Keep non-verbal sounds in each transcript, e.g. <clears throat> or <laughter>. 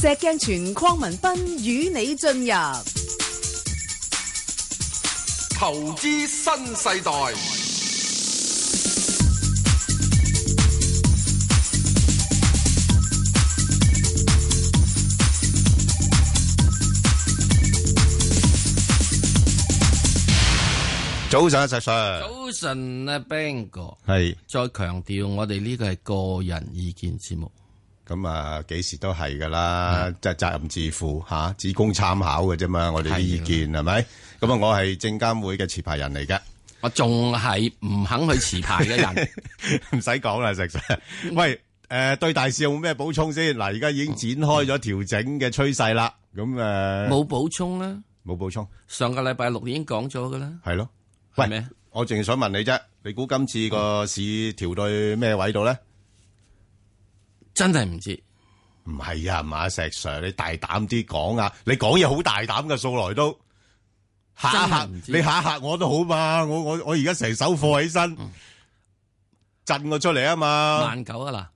石鏡泉鄺民彬與你進入投資新世代。早晨啊，石 Sir，早晨啊，Bang 哥，係再強調我哋呢個係個人意見節目，咁啊，幾時都係噶啦，即係責任自負吓，只供參考嘅啫嘛。我哋啲意見係咪？咁啊，我係證監會嘅持牌人嚟嘅， <laughs> 我仲係唔肯去持牌嘅人， <laughs> 唔使講啦，石 <laughs> Sir。喂，誒對大市有冇咩補充先？嗱，而家已經展開咗調整嘅趨勢啦。咁誒，冇補充啊。冇補充，上個禮拜六已經講咗噶啦，係咯。係喂咩，我淨係想問你啫，你估今次個市調到去咩位度咧？真係唔知。唔係啊，嘛石 Sir，你大膽啲講啊！你講嘢好大膽嘅，素來都嚇一嚇真係唔知你嚇一嚇我都好嘛！我我我而家成手貨起身，嗯震我出嚟啊嘛！萬九啊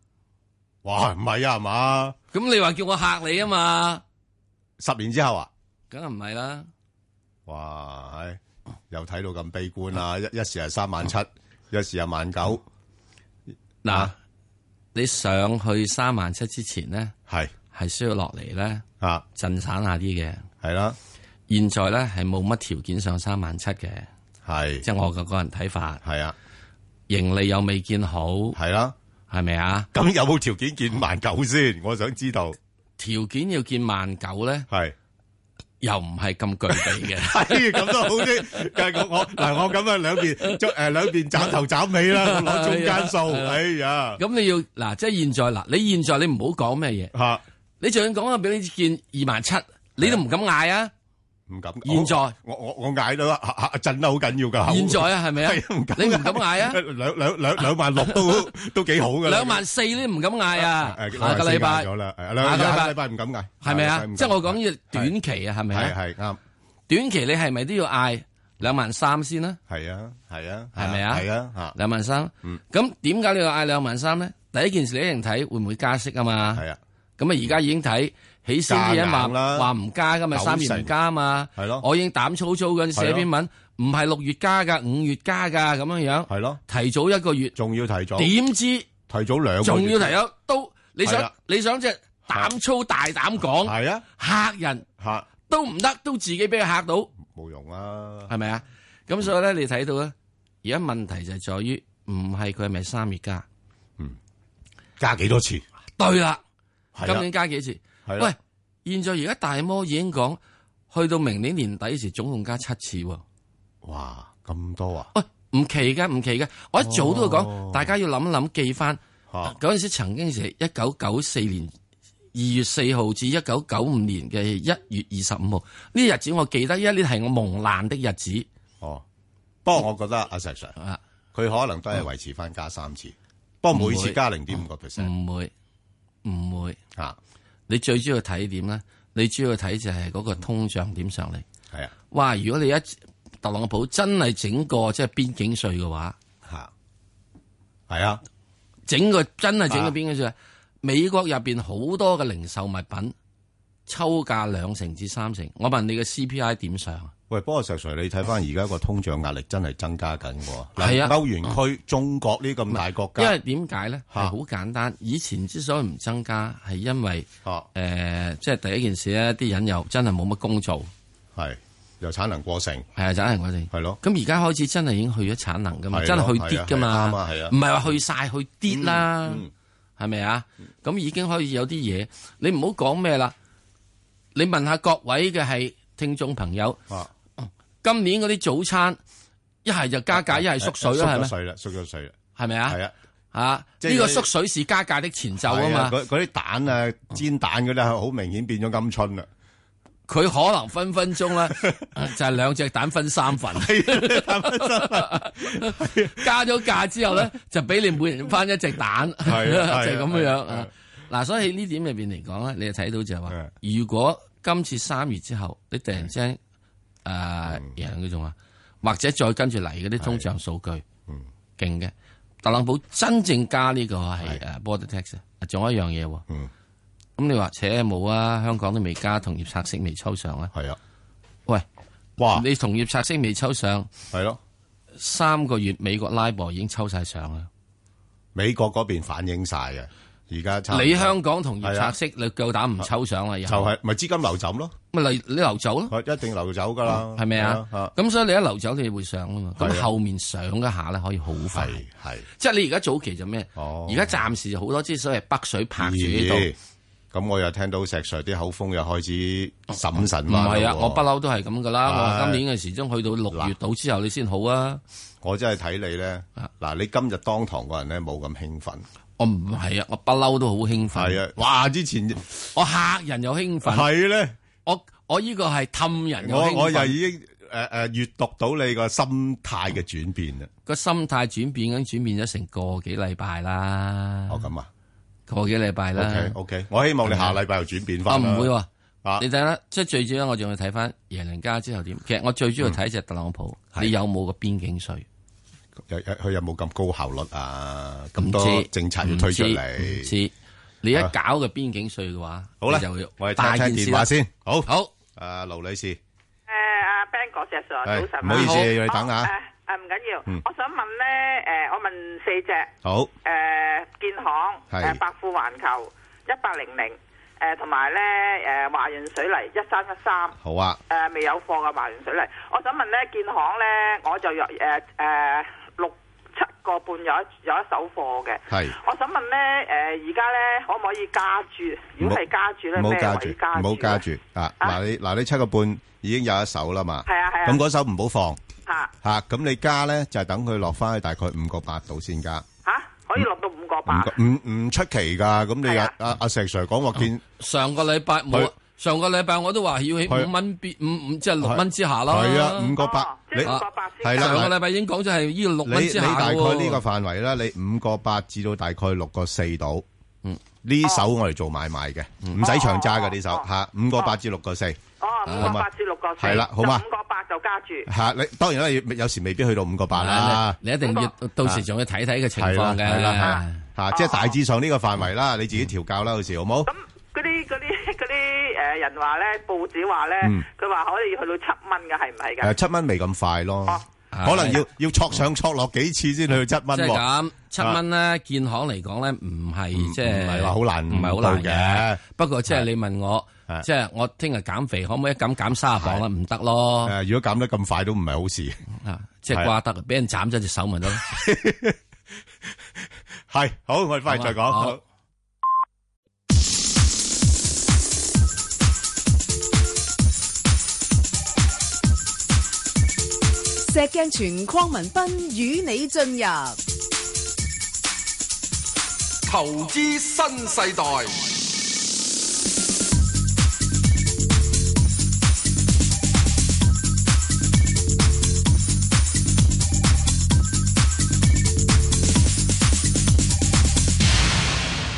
哇，唔係啊係嘛！嗱，咁你話叫我嚇你啊嘛，十年之後啊，梗係唔係啦。哇，唉又睇到咁悲觀啦！一一時係三萬七，一時係萬九，嗱啊，你上去三萬七之前呢，係係需要落嚟咧啊，震散下啲嘅。係啦，現在咧係冇乜條件上三萬七嘅，係即係我嘅個人睇法，係啊，盈利又未見好，係啦。係咪啊？咁有冇條件見萬九先？我想知道，條件要見萬九咧，係。又唔係咁具 <laughs> 備嘅。 <laughs> 係咁都好啲。但係我我嗱，我咁啊兩邊捉誒兩邊斬頭斬尾 <laughs> 啦，我攞中間數。哎呀，咁你要嗱，即係現在嗱，你現在你唔好講咩嘢，吓你就算講啊，俾你見二萬七，你都唔敢嗌啊！唔敢。現在我我我嗌到啊啊震得好緊要㗎。現在 <laughs> 啊，係咪啊係唔？敢，你唔敢嗌啊！ <laughs> 兩兩兩兩萬 <laughs> 六都都幾好㗎啦。兩萬四你都唔敢嗌啊！誒下個禮拜咗啦，誒兩下個禮拜唔敢嗌，係咪啊？即係我講嘅短期啊，係咪係啊？係啱，短期你係咪都要嗌兩萬三先啦？係啊係啊，係咪啊係啊嚇，兩萬三，咁點解你要嗌兩萬三咧？第一件事你一定睇會唔會加息啊嘛？係啊，咁啊，而家已經睇起先啲人加話硬啦話唔加噶嘛，九三成月唔加嘛，係咯我已經膽粗粗咁啊係啊寫咯篇文，唔係六月加噶，五月加噶咁樣樣，係咯，提早一個月，仲要提早，點知提早兩個月，仲要提咗都你係想啊你想即係膽粗大膽講係啊嚇人嚇，都唔得，都自己俾佢嚇到，冇用啊，係咪啊？咁所以咧，你睇到咧，而家問題就係在於唔係佢係咪三月加？加幾多次？對啦，係今啊年加幾次？係啦喂，現在而家大摩已經講，去到明年年底時總共加七次喎。哇，咁多啊！喂，唔奇噶，唔奇噶。我一早都講，哦大家要諗一諗記翻嚇嗰陣時曾經係一九九四年二月四號至一九九五年嘅一月二十五號呢日子，我記得，因為呢係我蒙難的日子哦，不過我覺得阿石 Sir 啊，佢可能都嗯係維持翻加三次，不過每次加零點五個 percent 唔會唔會。嚇，你最主要睇點咧？你主要睇就係嗰個通脹點上嚟。係啊哇！如果你一特朗普真係整個即係邊境税嘅話，嚇，嗯係啊整個真係整個邊境税，美國入邊好多嘅零售物品抽價兩成至三成。我問你嘅 CPI 點上啊？喂，不過石 Sir 你睇翻而家個通脹壓力真係增加緊喎。嗱係啊歐元區、中國呢咁大國因為家點解咧？嚇係好簡單。以前之所以唔增加，係因為誒、嚇呃即係第一件事咧，啲人又真係冇乜工做，係又產能過剩，係啊，就係我哋。係咯咁而家開始真係已經去咗產能噶嘛，係咯真係去跌噶嘛，係啊係啊啱啊係啊唔係話去晒去跌啦嗯嗯，係咪啊？咁已經可以有啲嘢，你唔好講咩啦。你問下各位嘅係聽眾朋友，啊今年嗰啲早餐一係就加價，一係縮水啊縮啦，係咗咪？水啦，縮咗水啦，係咪係啊？啊。啊，即係呢個縮水是加價的前奏啊係嘛，嗰嗰啲蛋啊、煎蛋嗰啲係好明顯變咗鵪鶉啦。佢可能分分鐘 <laughs> 咧就係兩隻蛋分三份，啊 <laughs> 加咗價之後咧，就俾你每人翻一隻蛋， <laughs> 就係啊係啊 <laughs> 係咁樣係啊啊。嗱，所以喺呢點入邊嚟講咧，你就睇到就係係話，如果今次三月之後，你突然之間嗯誒贏嗰種啊，或者再跟住嚟嗰啲通脹數據，嗯勁嘅，啊特朗普真正加呢個係誒 border tax 啊仲有一樣嘢喎，嗯咁你話扯冇啊？香港都未加，同業拆息未抽上啊？係啊，喂，哇，你同業拆息未抽上，係咯，三個月美國拉博已經抽晒上啦。美國嗰邊反映晒嘅，而家差唔多啊你香港同業拆息，你夠膽唔抽上啊啦？又就係咪資金流走咯？咪你你流走咯，一定流走噶啦，係咪啊係啊？咁所以你一流走，你會上啊嘛。係咁啊後面上一下咧，可以好快。係係。即係你而家早期就咩？哦而家暫時好多之所謂北水拍住呢度。咦咁我又聽到石 Sir 啲口風又開始審慎唔啦係啊，喎我不嬲都係咁噶啦。我話係今年嘅時鐘去到六月度之後，你先好啊。我真係睇你咧啊，嗱，你今日當堂個人咧冇咁興奮，我唔係啊，我不嬲都好興奮。係啊，哇！之前我嚇人又興奮，係咧，我我依個係氹人又我我興又奮，已經誒誒閲讀到你個心態嘅轉變啦。個心態轉變已經轉變咗成個幾禮拜啦，哦，咁啊個幾禮拜啦，OK。OK，我希望你下禮拜又轉變我翻唔會喎，啊你睇啦，即係最主要我仲要睇翻耶倫加之後點。其實我最主要睇就係特朗普，嗯係你有冇個邊境税？有有佢有冇咁高效率啊？咁唔多知政策要推出唔嚟。啊知你一搞個邊境税嘅話，好啦你就要，我大哋聽件聽事電啦話。先。好，好。誒，盧女士，誒阿 Ben 哥石 Sir，係早晨啊唔好意好思，要你等哦下。誒誒唔緊要嗯，我想問咧，誒我問四隻，好。誒建行、係誒百富環球、一八零零，誒同埋咧誒華潤水泥一三一三。好啊，誒未有貨嘅華潤水泥，我想問咧，建行咧我就有誒誒六七個半有一有一手貨嘅，係我想問咧誒而家咧可唔可以加注？如果係加注咧，唔好咩加住位加，唔注好呢？加住啊！啊嗱，你嗱你七個半已經有一手啦嘛，係啊係啊咁嗰手唔好放嚇吓，咁你加咧就係等佢落翻去大概五個八度先加，嚇，可以落到五個八啊五。個唔唔出奇噶。咁你係阿啊阿阿石 Sir 講話見上個禮拜冇佢，上個禮拜我都話要起佢五蚊邊五五即係六蚊之下啦。係啊五個八哦，你即係5.8係上啦個。禮拜已經講咗係呢個六你蚊之你下大概喎呢個範圍啦，你五個八至到大概六個四度，嗯呢手我嚟做買賣嘅，唔使長揸嘅呢手吓，五個八至六個四。哦，五個好嘛八至六個四，啊係啦好嘛五個八就加住。吓，你當然啦，有時未必去到五個八啦。你一定要到時仲要睇睇嘅情係啦況係嘅啦。吓，即係大致上呢個範圍啦，你自己調教啦，有時好冇？咁嗰啲嗰啲嗰啲誒人話咧，報紙話咧嗯，佢話可以去到七蚊嘅，係唔係誒㗎？七蚊未咁快咯，哦可能要要挫上挫落幾次先去到七蚊即係喎。啊咁，七蚊咧，建行嚟講咧，唔係即係唔係話好難唔係好到難嘅嘅。不過即係你問我係，即係我聽日減肥可唔可以減減三十磅啦？唔得咯，誒，如果減得咁快都唔係好事。 <laughs> 啊即係掛得，俾人斬咗隻手咪得咯。係好，我哋翻嚟再好啊好講。石鏡泉邝文斌與你進入投資新世代，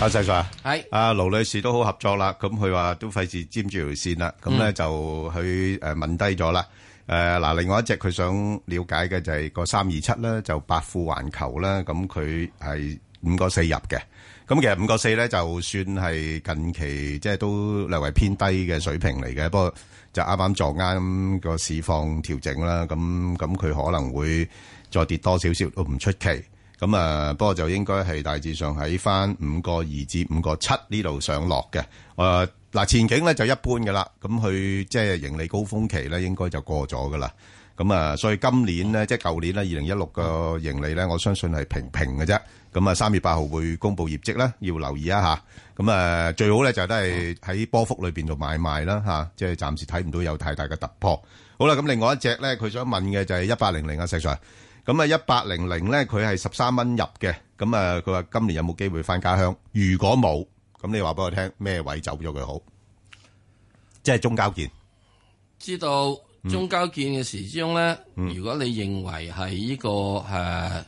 阿石 Sir，係阿盧女士都好合作啦，咁佢話都費事沾住條線啦，咁咧就佢誒問低咗啦。誒嗱，另外一隻佢想了解嘅就係個三二七啦，就百富環球啦，咁佢係五個四入嘅。咁其實五個四咧，就算係近期即係都略為偏低嘅水平嚟嘅，不過就啱啱撞啱個市況調整啦，咁咁佢可能會再跌多少少都唔出奇。咁啊，不過就應該係大致上喺翻五個二至五個七呢度上落嘅。誒、嗱前景咧就一般嘅啦。咁佢即係盈利高峰期咧，應該就過咗嘅啦。咁啊，所以今年咧，即係舊年咧，二零一六個盈利咧，我相信係平平嘅啫。咁啊，三月八號會公布業績啦，要留意一下。咁啊，最好咧就都係喺波幅裏邊度買賣啦，吓、即係暫時睇唔到有太大嘅突破。好啦，咁另外一隻咧，佢想問嘅就係一八零零啊，石 Sir。咁啊，一八零零咧，佢係十三蚊入嘅。咁啊，佢話今年有冇機會翻家鄉？如果冇，咁你話俾我聽咩位走咗佢好？即係中交建知道嗯中交建嘅時之中咧，如果你認為係呢、個誒、呃，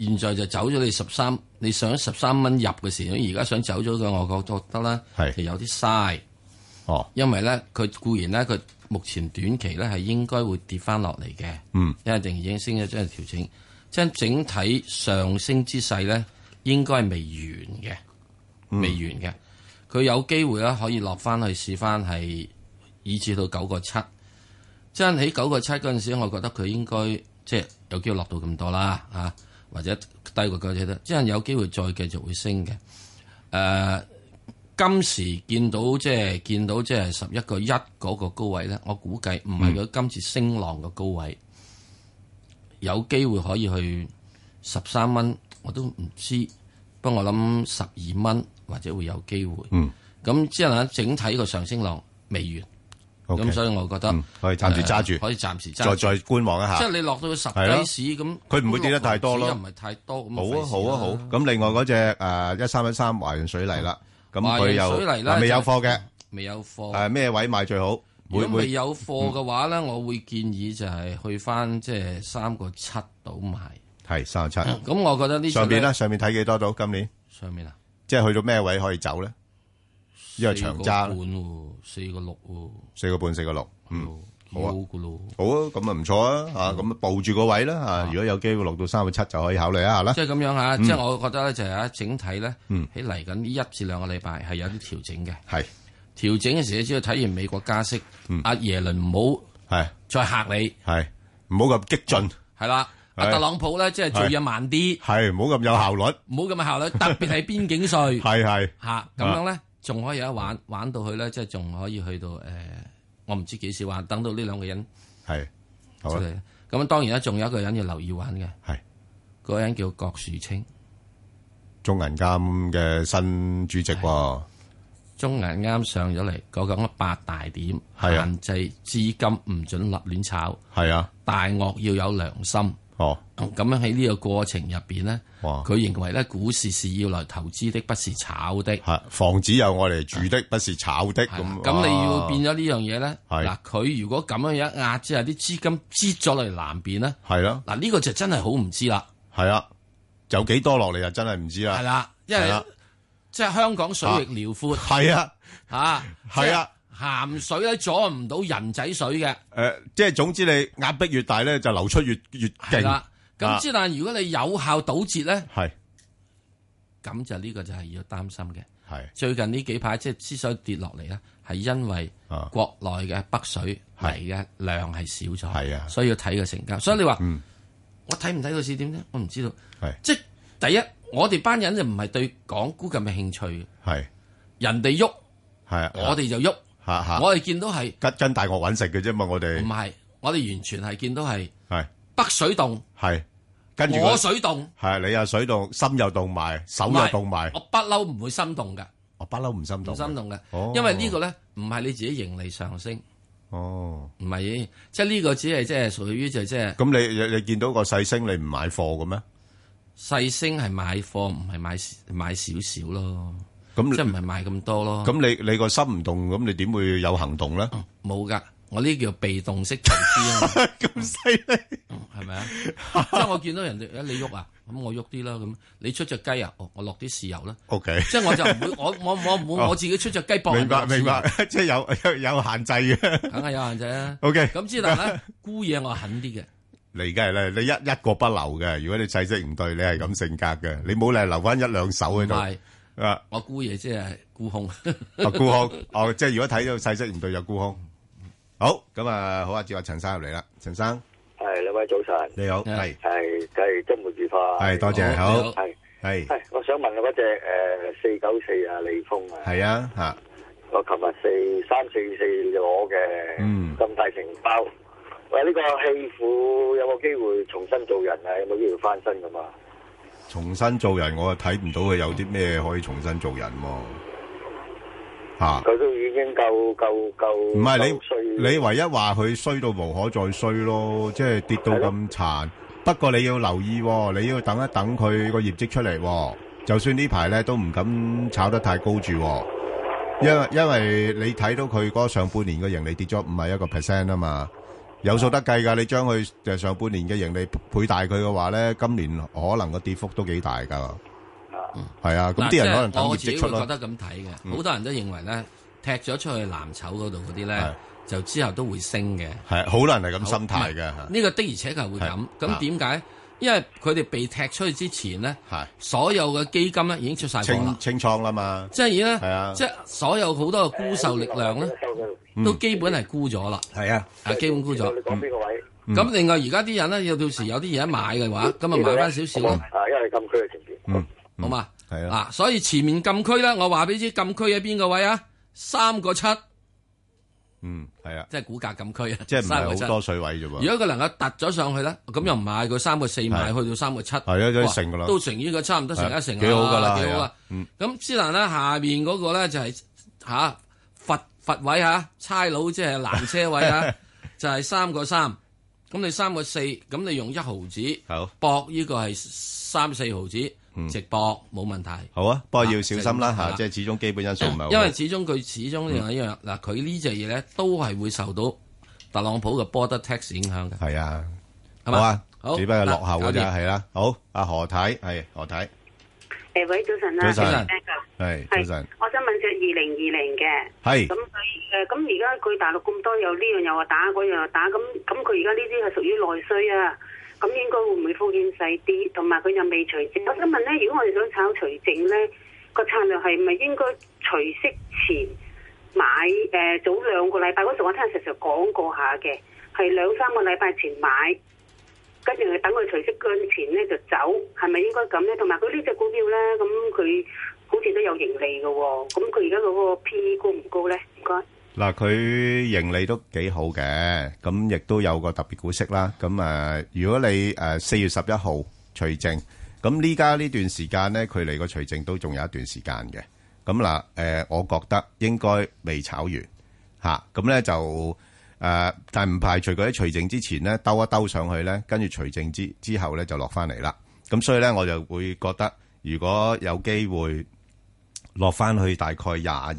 現在就走咗你十三，你想十三蚊入嘅時候，而家想走咗嘅，我覺得啦，係就有啲嘥，哦，因為咧佢固然咧佢目前短期咧係應該會跌翻落嚟嘅，嗯，因為定已經升咗，即係調整，即係整體上升之勢咧，應該係未完嘅，未完嘅。佢有機會咧可以落翻去試翻係以至到九個七，即係喺九個七嗰陣時，我覺得佢應該即係有機會落到咁多啦啊，或者低過九個七得，即係有機會再繼續會升嘅。誒、今時見到即係見到即係十一個一嗰個高位咧，我估計唔嗯係佢今次升浪嘅高位，有機會可以去十三蚊，我都唔知。不過我諗十二蚊或者會有機會。嗯，咁之後咧，整體個上升浪未完， OK 咁所以我覺得嗯可以暫時揸住誒可以暫時再揸住。再觀望一下。即係你落到十係咯雞屎咁，佢唔會跌得太多咯咁落樓市又唔係太多。咁好費啊，事好啊，好。咁另外嗰只誒一三一三華潤水泥啦，咁華佢潤又水泥嗱呢未有就貨嘅，未有貨。誒咩位買最好？會嗯如果會未有貨嘅話咧，我會建議就係去翻即係三個七度買。係三十七。咁我覺得呢嗯隻上邊咧，上面睇幾多到？今年上面啊，即係去到咩位可以走咧？因為長揸四個半喎，四個六喎，四個半，四個六。嗯，好好啊噶咯。好啊，咁啊唔錯啊，啊嗯咁啊佈住個位啦，啊如果有機會落到三個七就可以考慮一下啦即。係咁樣嗯嚇，即係我覺得咧就係啊，整體咧喺嚟緊呢一至兩個禮拜係有啲調整嘅。係調整嘅時候，只要睇完美國加息，嗯阿耶倫唔好係再嚇你，係，唔好咁激進，係啦。阿係特朗普咧，即係做嘢慢啲，係唔好咁有效率，唔好咁嘅效率，特別係邊境税係係嚇咁樣咧，仲可以有得玩玩到去咧，即係仲可以去到誒，呃我唔知幾時玩，等到呢兩個人係出好啦，啊嚟。咁當然啦，仲有一個人要留意玩嘅，係嗰個人叫郭樹清，中銀監嘅新主席喎，中銀啱上咗嚟，嗰講八大點係啊限制資金唔准立亂炒，係啊，大鱷要有良心。哦，咁樣喺呢個過程入邊呢，哇佢認為咧股市是要來投資的，不是炒的。係房子有我哋住的，不是炒的係啦咁。咁你要變啊咗呢樣嘢呢？係嗱，佢如果咁樣一壓之下，啲資金擠咗落嚟南邊呢，係啦，嗱呢個就真係好唔知啦，係啊，有幾多落嚟啊？真係唔知啦。係啦，因係啦為即係香港水域遼闊係啊，嚇，係啊，鹹水咧阻唔到人仔水嘅，誒，即係總之你壓迫越大咧，就流出越越係勁。啦。啊咁之但如果你有效堵截呢，係咁就呢個就係要擔心嘅。係最近呢幾排即係之所以跌落嚟咧，係因為啊國內嘅北水嚟嘅量係少咗，係啊嗯所以要睇個成交。所以你話、我睇唔睇個市點咧？我唔知道。係即係第一，我哋班人就唔係對港股咁嘅興趣嘅，係人哋喐係，我哋就喐，吓吓，我哋見到係跟跟大鱷揾食嘅啫嘛，我唔哋係？我哋完全係見到係係北水動，係跟住我佢水動，係你又水動，心又動埋，手唔又係動埋我，不嬲唔會心動嘅，我不嬲唔心動唔。心動嘅，哦因為呢個咧唔係你自己盈利上升。哦，唔係，即係呢個只係即係屬於就即係咁你你你見到個細星，你唔買貨嘅咩？細升係買貨，唔係買買少少咯，咁即係唔係買咁多咯。咁你你個心唔動，咁你點會有行動咧？冇噶，我呢叫被動式投資啊 <laughs> 咁犀利， <laughs> 嘛，係咪啊？即係我見到人哋誒你喐啊，咁我喐啲啦，咁你出只雞啊，哦我落啲豉油啦， O K，即係我就唔會，我我我我我自己出只雞搏人哦明白落豉油明白，， <laughs> 即係有有有限制嘅。 <laughs> 梗係有限制啊。 O K，咁之但咧，沽嘢我狠啲嘅，嚟梗係咧，你一一個不留嘅。如果你細息唔對，你係咁性格嘅，你冇理由留翻一兩手唔喺度係啊。我沽嘢即係沽空。啊沽空，哦，即係如果睇到細息唔對就沽空。好，咁啊，好啊，接阿陳生入嚟啦，陳生系两位早晨，你好，嗯係系即系周末愉快。係多謝，好好你好系係系，我想啊问嗰只诶四九四啊，利丰啊，係啊吓，我琴日四三四四攞嘅，嗯咁大成包。喂，呢、個个弃妇有冇機會重新做人啊？有冇機會翻身噶嘛？重新做人我睇唔到佢有啲咩可以重新做人喎吓。佢都已經夠夠夠，唔係夠衰你你唯一話佢衰到無可再衰咯，即係跌到咁殘。不過你要留意喎，你要等一等佢個業績出嚟喎。就算呢排咧都唔敢炒得太高住喎，因為因為你睇到佢嗰上半年嘅盈利跌咗五十一個 percent 啊嘛，有數得計㗎。你將佢就上半年嘅盈利倍大佢嘅話咧，今年可能個跌幅都幾大㗎。啊係啊，咁嗱啲人即係可能等我業自己績會出覺咯。嗯得咁睇嘅，好多人都認為咧，踢咗出去藍籌嗰度嗰啲係咧，就之後都會升嘅。係，好多人係咁心態嘅嚇。呢個的而且確係會係咁。啊咁點解？因為佢哋被踢出去之前咧，係所有嘅基金咧已經出晒貨啦清，清倉啦嘛，即係已經咧係啊，嗯即係所有好多嘅沽售力量咧，都基本係沽咗啦，係啊，嗯啊基本沽嗯咗你。講邊個位？嗯咁另外而家啲人咧，要到時有啲嘢買嘅話，咁咪買翻少少咯，啊，因為禁區嘅前邊。嗯，好嘛？係啊啊，所以前面禁區咧，我話俾你知，禁區喺邊個位啊？三個七，嗯，係啊，即係股價禁區啊，即係唔三個係七好多水位啫喎，如果佢能夠突咗上去咧，咁又唔買佢三個四買去到三個七，啊有一哇成㗎啦都成呢個差唔多成一成啦，係幾好㗎啦幾好係啊啊嗯！咁之但咧，下面嗰個咧就係嚇佛佛位嚇，差佬即係攔車 <laughs> 位啊，就係三個三。咁你三個四，咁你用一毫子好博呢個係三四毫子，嗯直博冇問題。好啊，不過要小心啦嚇，啊即係始終基本因素唔係好嗯因為始終佢始終呢樣一樣嗱，佢呢只嘢咧都係會受到特朗普嘅 border tax 影響嘅。係啊，係好嘛啊，好只不過落後㗎嗱搞咋，掂係啦，好，阿何太係何太诶，喂，早晨啊，早晨 Ben 哥係係早晨，我想問只二零二零嘅，係咁佢诶，咁而家佢大陸咁多有呢樣又話打，嗰樣又打，咁咁佢而家呢啲係屬於內需啊，咁應該會唔會風險細啲？同埋佢又未除證，我想問咧，如果我哋想炒除證咧，個策略係咪應該除息前買？诶、早兩個禮拜嗰時我聽石 Sir 講過下嘅，係兩三個禮拜前買。跟住佢等佢除息嗰陣前咧就走，係咪應該咁咧？同埋佢呢只股票咧，咁佢好似都有盈利嘅喎、咁佢而家嗰個 P E 高唔高咧？唔該。嗱，佢盈利都幾好嘅，咁亦都有個特別股息啦。咁誒、呃如果你誒四、月十一號除證，咁呢家呢段時間呢，距離個除證都仲有一段時間嘅。咁嗱，誒、我覺得應該未炒完嚇，咁、呢就誒、呃但唔排除佢喺除證之前呢，兜一兜上去呢，跟住除證之之後呢，就落翻嚟啦。咁所以呢，我就會覺得，如果有機會落翻去大概廿二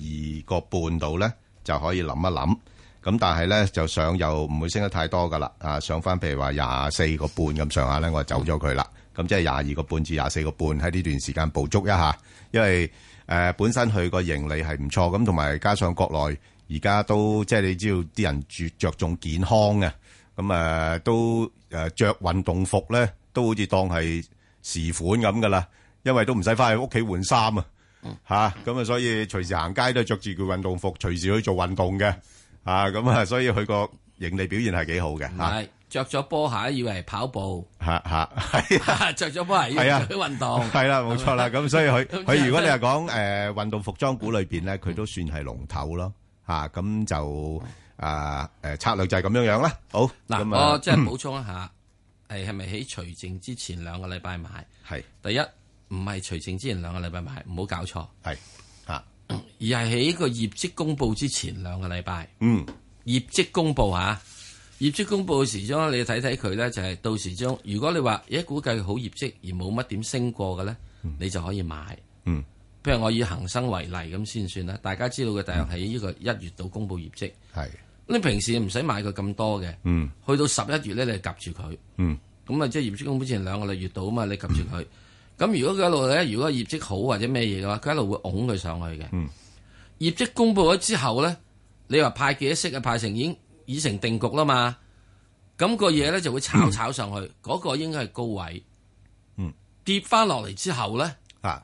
個半度咧，就可以諗一諗。咁但係咧就上又唔會升得太多噶啦，啊上翻譬如話廿四個半咁上下咧，我就走咗佢啦。咁即係廿二個半至廿四個半喺呢段時間捕捉一下，因為誒、呃本身佢個盈利係唔錯，咁同埋加上國內而家都即係你知道啲人注着重健康嘅，咁誒、呃都誒著運動服咧都好似當係時款咁噶啦，因為都唔使翻去屋企換衫啊。吓，咁啊，所以隨時行街都係着住件運動服，隨時去做運動嘅，啊，咁啊，所以佢個盈利表現係幾好嘅，唔吓係着咗波鞋以為係跑 <laughs> 步，吓吓，係啊着咗波鞋以為係啊做啲運動。啊係啦，冇 <laughs> 錯啦，咁所以佢咁佢即係如果你係講诶运动服裝股裏邊咧，佢都算係龍頭咯，吓，咁就啊诶策略就係咁樣樣啦，好，嗱，咁啊我 <laughs> 即係補充一下，係係咪喺除證之前兩個禮拜買？係第一唔係除證之前兩個禮拜買，唔好搞錯，係啊，而係喺個業績公佈之前兩個禮拜。嗯業績公佈嚇，業績公佈嘅時鐘你睇睇佢咧，就係到時鐘。如果你話一估計好業績而冇乜點升過嘅咧，你就可以買。嗯，譬如我以恒生為例咁先算啦，大家知道嘅大約喺呢個一月度公佈業績。係，你平時唔使買佢咁多嘅，嗯去到十一月咧，你就夾住佢。嗯咁啊，即係業績公佈之前兩個禮月到啊嘛，你及住佢。咁如果佢一路咧，如果業績好或者咩嘢嘅話，佢一路會拱佢上去嘅。嗯業績公佈咗之後咧，你話派幾多息啊？派成已經已成定局啦嘛。咁、個嘢咧就會 <coughs> 炒炒上去，嗰、個應該係高位。嗯，跌翻落嚟之後咧，啊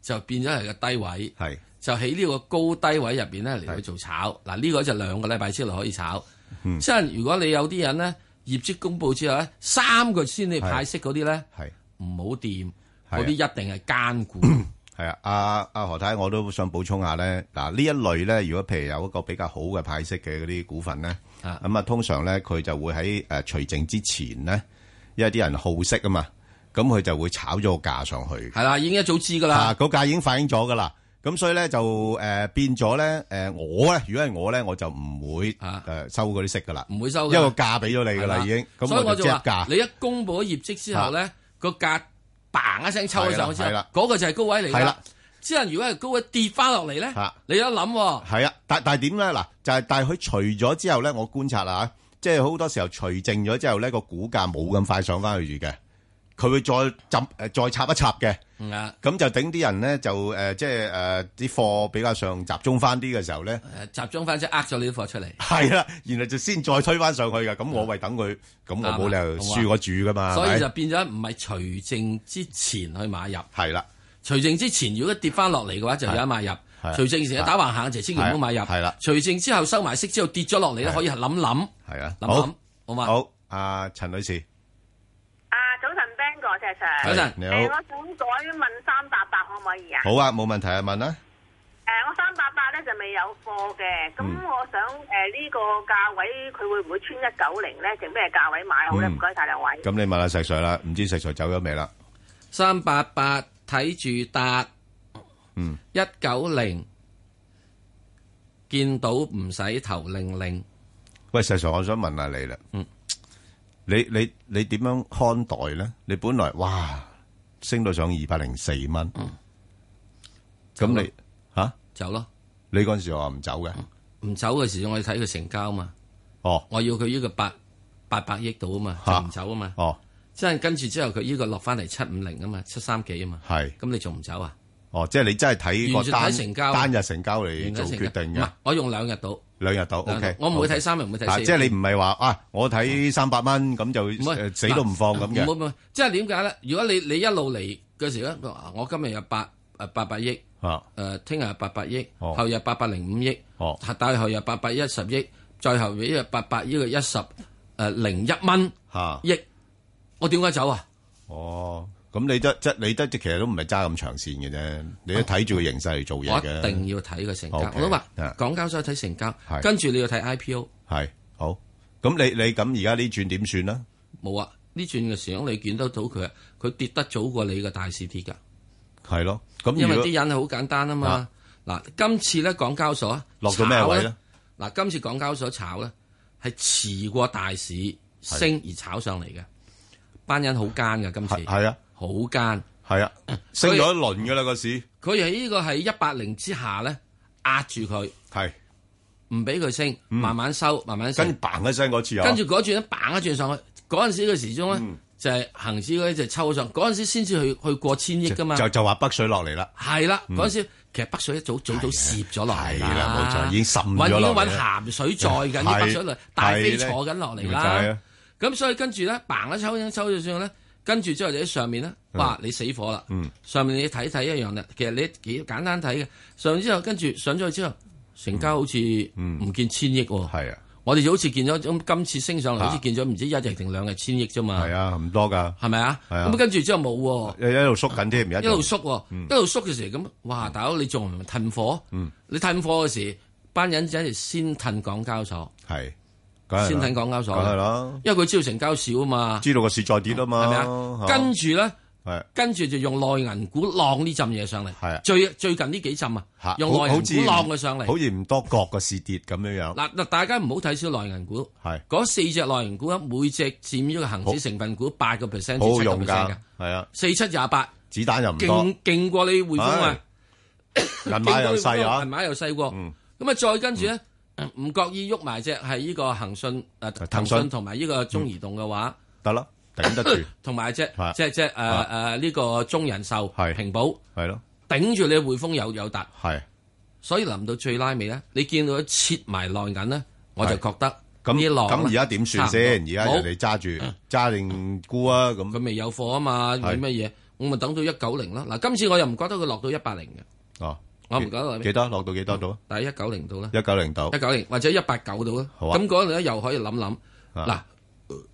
就變咗係個低位。係就喺呢個高低位入邊咧嚟去做炒。嗱，呢個就兩個禮拜之內可以炒。嗯即係如果你有啲人咧業績公佈之後咧，三個先至派息嗰啲咧，係。唔好掂，係啊嗰啲一定係奸 <coughs> 股。系啊，阿阿何太，我都想補充下咧。嗱，呢一類咧，如果譬如有一個比較好嘅派息嘅嗰啲股份咧，啊咁啊，通常咧佢就會喺誒除淨之前咧，因為啲人好息啊嘛，咁佢就會炒咗個價上去。係啦，已經一早知㗎啊，啦。個價已經反映咗噶啦。咁所以咧就誒、呃、變咗咧誒我咧，如果係我咧，我就唔會誒、啊呃收嗰啲息噶啦，唔會收因㗎為個價俾咗你噶係啦已經，所咁以我就就即話刻價啊你一公佈咗業績之後咧，個價嘭一聲抽咗上去之後係啦，嗰個就係高位嚟㗎係啦啦。之後如果係高位跌翻落嚟咧啊，你有得諗喎。係啊，但但係點咧？嗱，就係但係佢除咗之後咧，我觀察啦，即係好多時候除淨咗之後咧，個股價冇咁快上翻去住嘅，佢會再浸诶再插一插嘅。嗯啊，咁就頂啲人咧就诶、呃即係诶啲貨比較上集中翻啲嘅時候咧，誒集中翻即係呃咗你啲貨出嚟，係啦，然後就先再推翻上去嘅。咁我為等佢，咁我冇理由啱啊輸我住噶嘛，所以就係變咗唔係除淨之前去買入，咪係啦，除淨之前如果跌翻落嚟嘅話就有得買入係，除淨之前一打橫行就千祈唔好買入，係啦除淨之後收埋息之後跌咗落嚟咧可以係諗諗係啊，諗諗好，，好嘛？好，阿陳女士，啊，早晨 Ben 哥，謝 Sir。早晨你誒我好，想改問三八八可唔可以啊？好啊，冇問題啊，問啦，誒、我三八八咧就未有貨嘅，咁嗯我想誒呢、個價位佢會唔會穿一九零咧？定咩價位買好咧？嗯唔該晒兩位。咁你問下石 Sir 啦，唔知石 Sir 走咗未啦？三八八睇住達，嗯，一九零見到唔使頭令令，喂，石 Sir，我想問下你啦，嗯，你你你點樣看待咧？你本來哇升到上二百零四蚊，咁你吓？走咯。你嗰阵时話唔走嘅，唔走嘅時候，我哋睇佢成交嘛，哦我要佢呢個八八百億度啊嘛，嚇就唔走啊嘛，哦，即係跟住之後佢呢個落翻嚟七五零啊嘛，七三幾啊嘛，係咁你仲唔走啊？哦，即係你真係睇完個全單睇成交單日成交嚟完做咗成交決定唔嘅係，，我用兩日到，兩日到兩日到，OK，我唔會睇好三日，唔會啊睇四即係日。你唔係話啊，我睇三百蚊咁就唔係啊誒死都唔放咁唔好嘅，唔好，即係點解咧？如果你你一路嚟嘅時候咧，啊我今日有八誒八百億。啊，誒，聽日八百億，哦後日八百零五億，哦大後日八百一十億，再後日八百呢個一十誒零一蚊嚇，億，我點解走啊？哦，咁你得即你得即其實都唔係揸咁長線嘅啫，你都睇住個形勢嚟做我嘢嘅，一定要睇個成交， OK，我都話啊港交所睇成交係，跟住你要睇 IPO，係好。咁你你咁而家呢轉點算啦？冇啊！呢轉嘅時候你見得到佢，啊佢跌得早過你個大市跌㗎，係咯，咁因為如果啲人係好簡單啊嘛啊。嗱，今次咧港交所啊落到咩位啊炒咧呢？？嗱，今次港交所炒咧係遲過大市升而炒上嚟嘅，班人好奸㗎今次係。係啊好奸。係啊，升咗一輪㗎啦個市，佢喺呢個喺一百零之下咧，壓住佢，係唔俾佢升，慢慢收，慢慢嗯跟升住。嘭一聲嗰次啊，嗯跟住嗰轉咧，砰一轉上去，嗰陣時嘅時鐘咧就係恒指嗰啲就抽上，嗰陣時先至去去過千億噶嘛。就就話北水落嚟啦。係啦，嗰陣時其實北水一早早早攝咗落嚟嗯啊係啦冇錯已經滲揾咗落嚟揾啦鹹水載緊啲係北水落嚟，大飛係咧坐緊落嚟咪就係啦啊。咁所以跟住咧，嘭一抽一抽咗上去咧，跟住之後就喺上面咧，哇！你死火啦！嗯上面你睇睇一樣啦，其實你幾簡單睇嘅。上之後跟住上咗去之後，成交好似唔見千億喎。嗯係啊，我哋就好似見咗咁今次升上嚟，啊好似見咗唔知一日定兩日千億啫嘛係。啊，唔多㗎。係咪啊？係啊咁跟住之後冇喎。一一路縮緊嗯添，而家啊一路縮喎，一路縮嘅時候咁，哇！大佬你仲唔褪貨？嗯你褪貨嘅時，班人仔就先褪港交所，係，梗係啦先褪港交所梗係啦，因為佢知道成交少啊嘛，知道個市再跌啊嘛，係咪啊？嚇跟住咧，係跟住就用內銀股浪呢浸嘢上嚟係啊，最最近呢幾浸嚇啊，用內好銀好似股浪佢上嚟好。似唔多角個市跌咁樣樣，嗱嗱，大家唔好睇小內銀股，係嗰四隻內銀股咧，每隻佔咗個恒指成分股八個 percent 好好至七個用 percent 嘅㗎，，係啊，四七廿八，子彈又唔勁多，勁過你匯豐啊！銀碼又細銀啊，碼又細過。嗯咁啊，再跟住咧，唔覺意喐埋只係呢個恒信誒騰啊騰訊訊同埋呢個中移動嘅話，得啦，頂得 <coughs> 住，同埋只係只只誒誒呃呢個中人壽係平保係咯，頂住你匯豐有有達，係。所以臨到最拉尾咧，你見到切埋內銀咧，我就係覺得咁呢浪啊咁而家點算先？而家冇人哋揸住嗯揸定沽啊，咁佢未有貨啊嘛，係乜嘢？我咪等到一九零啦。嗱，今次我又唔覺得佢落到一百零嘅，哦，我唔覺得幾多落到幾多度啊？但係一九零到啦。一九零度一，九零或者一八九到啦。好啊咁嗰度咧又可以諗諗。嗱啊，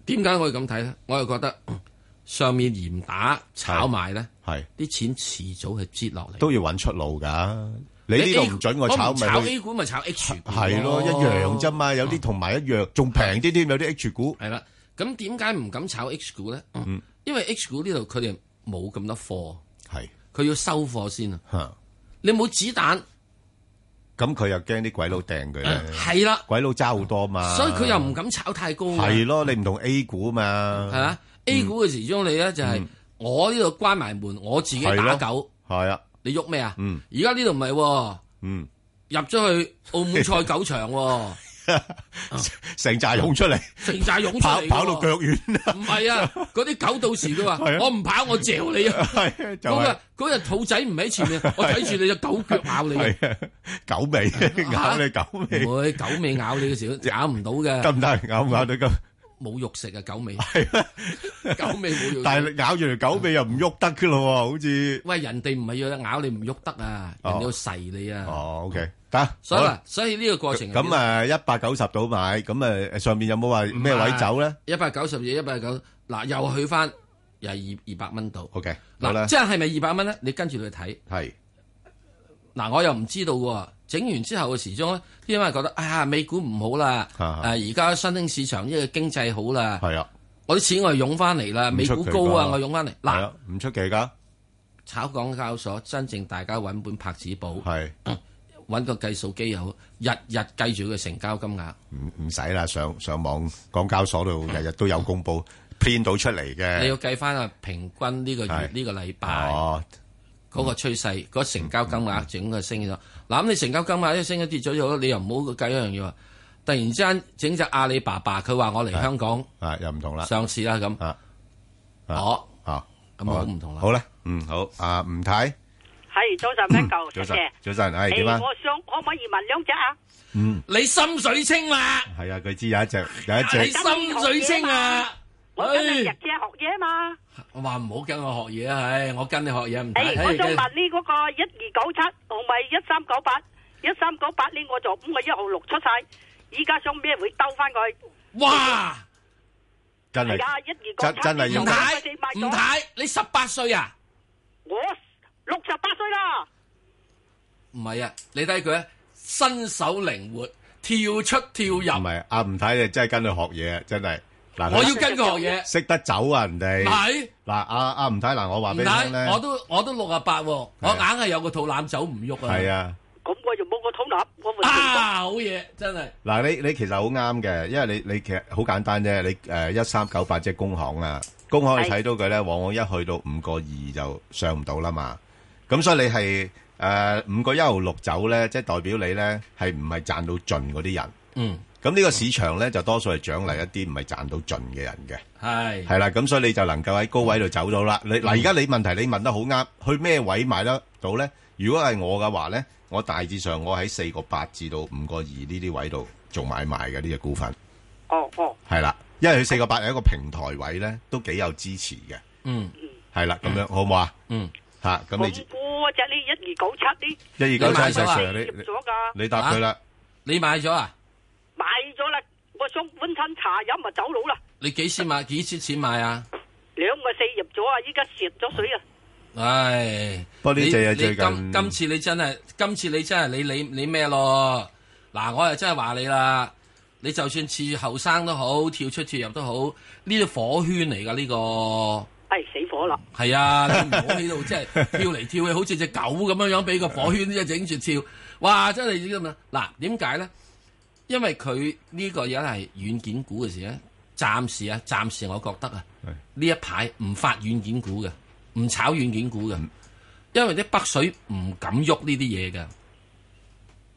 點解我要咁睇咧？我又覺得嗯上面嚴打炒賣咧，係啲錢遲早係擠落嚟。都要揾出路㗎。你呢度 A 唔準我我炒，唔炒咪去 A 股咪炒 H 股係咯，一樣啫。嘛。有啲同埋一樣，仲平啲添，有啲 H 股。係啦，咁點解唔敢炒 H 股咧？嗯因為 H 股呢度佢哋冇咁多貨，係佢要收貨先啊。嚇，你冇子彈，咁佢又驚啲鬼佬掟佢咧，係啦，鬼佬揸好多嘛，所以佢又唔敢炒太高啊。啊係嗯咯，你唔同 A 股嘛，係嘛？A 股嘅時鐘你咧就係我呢度關埋門，我自己嗯係咯打狗。係啊，你喐咩啊？嗯 <laughs> 而家呢度唔係喎，嗯， <laughs> 入咗去澳門賽狗場喎，成扎涌出嚟，成扎涌出跑嚟㗎喎跑到腳軟，唔係啊，嗰啲狗到時佢 <laughs> 話係啊我唔跑我嚼你啊，係就嗰係日嗰日兔仔唔喺 <laughs> 前面，我睇住你隻狗腳咬你嘅，係啊，狗 <laughs> 尾咬你狗尾唔，會狗尾咬你 <laughs> 嘅時候咬唔到得嘅，唔得？咬唔咬到咁？冇肉食啊狗 <laughs> 尾，係啊狗尾冇肉食。但係咬住條狗尾又唔喐得噶咯喎，好似喂，人哋唔係要咬你唔喐得啊，哦人哋要噬你啊。哦，OK，得，所以好啦嗱，所以呢個過程咁啊，190度買，咁啊，上面有冇話咩唔係。位走呢？一百九十嘢，一百九嗱又去翻又係二二百蚊度。 OK，好啦，嗱，即係咪二百蚊咧？你跟住佢睇嗱，我又唔知道喎。整完之後嘅時鐘咧，啲人係覺得啊，美股唔好啦，啊誒而家新興市場呢個經濟好啦，我啲錢我係湧翻嚟啦，唔美出股奇高啊，㗎我湧翻嚟嗱，係，係啊，唔出奇㗎，係，炒港交所真正大家揾本拍子簿，揾個計數機又好，日日計住佢成交金額。唔-唔使啦，上- <laughs> 上網港交所度日日都有公佈，print到出嚟嘅。你要計翻啊，平均呢個係哦月呢個禮拜嗰個趨勢，嗰成交金嗯額整個升咗。嗱，咁你成交金額一升一跌咗咗，你又唔好計一樣嘢喎。突然之間整隻阿里巴巴，佢話我嚟香港哦，啊，又唔同啦。上市啦咁，啊啊我啊，咁好唔同啦。好啦，嗯，好，啊，吳太，系早晨一嚿，嗯早多晨，謝。早晨，诶，係，點啊？我想可唔可以問兩隻啊？你心水清啦，係啊，佢知有一隻-有一隻，你心水清啊！我哎跟你日唉，姐學嘢啊嘛。我話唔好跟我學嘢啊，唉，我跟你學嘢唔得。诶，唉我想問跟呢嗰個一二九七同埋一三九八，一三九八呢我就五個一號六出晒，依家想咩會兜翻佢？哇，真係，Dạ, 係啊，一二九真真係七，要吳我太四買，吳咗，太，你十八歲啊？我六十八歲啦，唔係啊，你睇佢啊身手靈活，跳出跳入，唔係，啊，吳太，你真係跟佢學嘢，真係。嗱，佢我要跟佢學嘢。識得走啊，人哋。係。嗱，阿-唔阿吳太，嗱，我話俾你聽咧，係，我都我都六啊八喎，我係啊硬係有個肚腩走唔喐啊！係啊，咁我就冇個肚腩，我咪啊，好嘢，真係嗱，你-你其實好啱嘅，因為你-你其實好簡單啫，你，誒，1398即係工行啊，工行你係。睇到佢呢，往往一去到5.2就上唔到啦嘛。咁所以你係，誒，5.16走呢，即係代表你呢，係唔係賺到盡嗰啲人。咁呢個嗯市場呢，就多數係獎勵一啲唔係賺到盡嘅人嘅。係係啦，咁所以你就能夠喺高位度走到啦。你-嗯嗱，而家你問題你問得好啱，去咩位買得到呢？如果係我嘅話呢，我大致上我喺4.8至到5.2呢啲位度做買賣嘅呢隻股份。係啦，因為佢哦哦， 4.8係一個平台位呢，都幾有支持嘅。係啦，咁樣，嗯好唔好啊？嗯，咁嚇，咁你嗰隻呢一二九七呢1293你買咗啊？Dạ, 石Sir，你-接咗㗎。你-你答佢啦。你買咗啊？買咗啦，我想揾親茶飲咪走佬啦，你幾錢買？幾錢錢買啊？兩個四入咗啊，依家蝕咗水 à? 啊，唉，不過呢你隻嘢你最近今今次你真係，今次你真係你你你咩咯？嗱，我又真係話你啦，你就算似後生都好，跳出跳入都好，呢啲火圈嚟㗎呢個。唉哎死火啦！系啊，你唔好喺度 <laughs> 即係跳嚟跳去，好似只狗咁樣樣，俾個火圈一整住跳，哇！真係咁啊！嗱，點解咧？因為佢呢個嘢係軟件股嘅時咧，暫時啊，暫時我覺得啊，係呢一排唔發軟件股嘅，唔炒軟件股嘅，因為啲北水唔敢喐呢啲嘢嘅，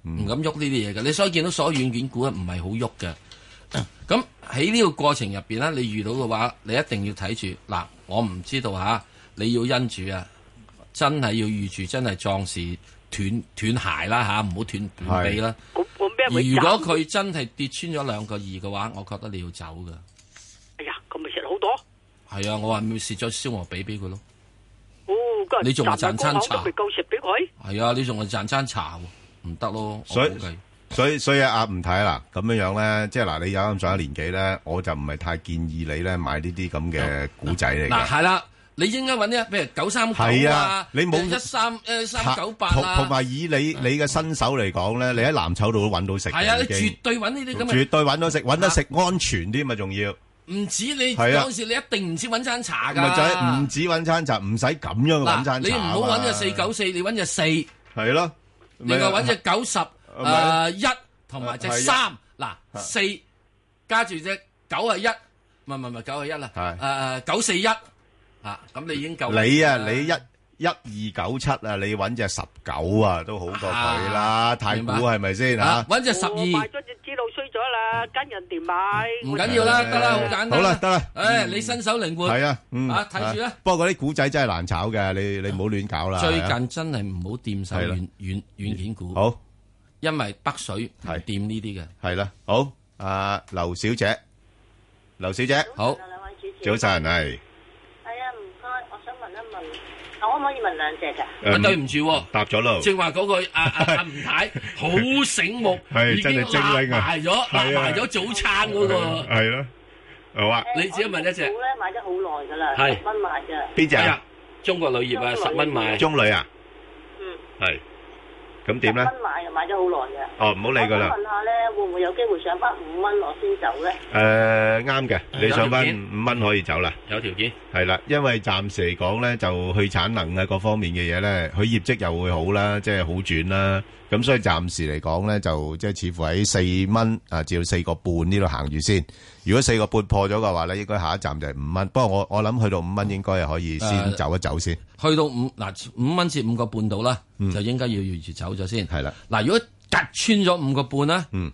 唔敢喐呢啲嘢嘅，你所以見到所有軟件股啊，唔係好喐嘅。嗯咁喺呢個過程入邊咧，你遇到嘅話，你一定要睇住嗱，我唔知道吓、你要因住啊，真係要預住，真係壯士斷斷鞋啦吓，唔好斷斷臂啦。咁我咩而會如果賺？佢真係跌穿咗兩個二嘅話，我覺得你要走噶。哎呀，咁咪蝕好多。係啊，我話咪蝕咗燒鵝髀俾佢咯。哦，今日你仲話賺餐茶賺個口都未夠蝕俾佢。係啊，你仲係賺餐茶喎，唔得咯。我所以估計所以所以啊阿吳太啦，咁樣樣咧，即係嗱，你有咁上下年紀咧，我就唔係太建議你咧買呢啲咁嘅股仔嚟嗯嘅。嗱係啦，你應該揾啲譬如九三係九啊啊，你冇一三一三九八同啊，同埋以你你嘅新手嚟講咧，你喺藍籌度都揾到食嘅。係啊，你已經絕對揾呢啲咁嘅絕對揾到食，揾得食安全啲嘛，仲要唔止你係啊嗰陣時，你一定唔止揾餐茶㗎。咪就係唔止揾餐茶，唔使咁樣揾餐嗱，茶你唔好揾隻四九四，你揾隻四，你係咯，咪又揾隻九十咪啊誒一同埋隻三。嗱，四加住隻九啊一，唔係唔係唔係九啊一啦，係誒九四一啊，咁你已經夠力啦。你啊，你一。一二九七啊，你揾只十九啊，都好過佢啦，啊太古明白係咪先啊嚇？揾隻十我買二，咗只知道衰咗啊，跟人哋買。唔緊要啦，誒得啦，好簡單。啊好啦得啦嗯誒，你身手靈活。係啊，嗯，啊，睇住啦。不過嗰啲古仔真係難炒嘅，你你唔好亂搞啦。最係啊近真係唔好掂手係啦軟軟軟件股，好因為北水唔係掂呢啲嘅。係啦，好啊，劉小姐，劉小姐，好，早晨係啊誒對唔住喎，答咗咯，正話嗰個阿阿 <laughs> 阿吳太好醒目，係已經真係精立靈啊埋咗係啊立埋咗早餐嗰個。係啊啦，好啊，你只係問一隻我呢買咗好耐噶啦，係十蚊買嘅，邊隻係啊啊？，中國鋁業啊，十蚊買。中女啊？嗯，係咁十點咧蚊？買嘅，買咗好耐嘅。哦，唔好理佢啦我想。問下咧，會唔會有機會上翻五蚊我先走咧？誒啱嘅，你上翻有條件五蚊可以走啦，有條件，係啦，因為暫時嚟講咧，就去產能啊各方面嘅嘢咧，佢業績又會好啦，即係好轉啦。咁所以暫時嚟講咧，就即係似乎喺四蚊啊至到四個半呢度行住先。如果四個半破咗嘅話咧，應該下一站就係五蚊。不過我我諗去到五蚊應該係可以先誒走一走先，去到五嗱五蚊至五個半度啦，就應該要預住走咗先。係啦。嗱，如果突穿咗五個半啦，嗯，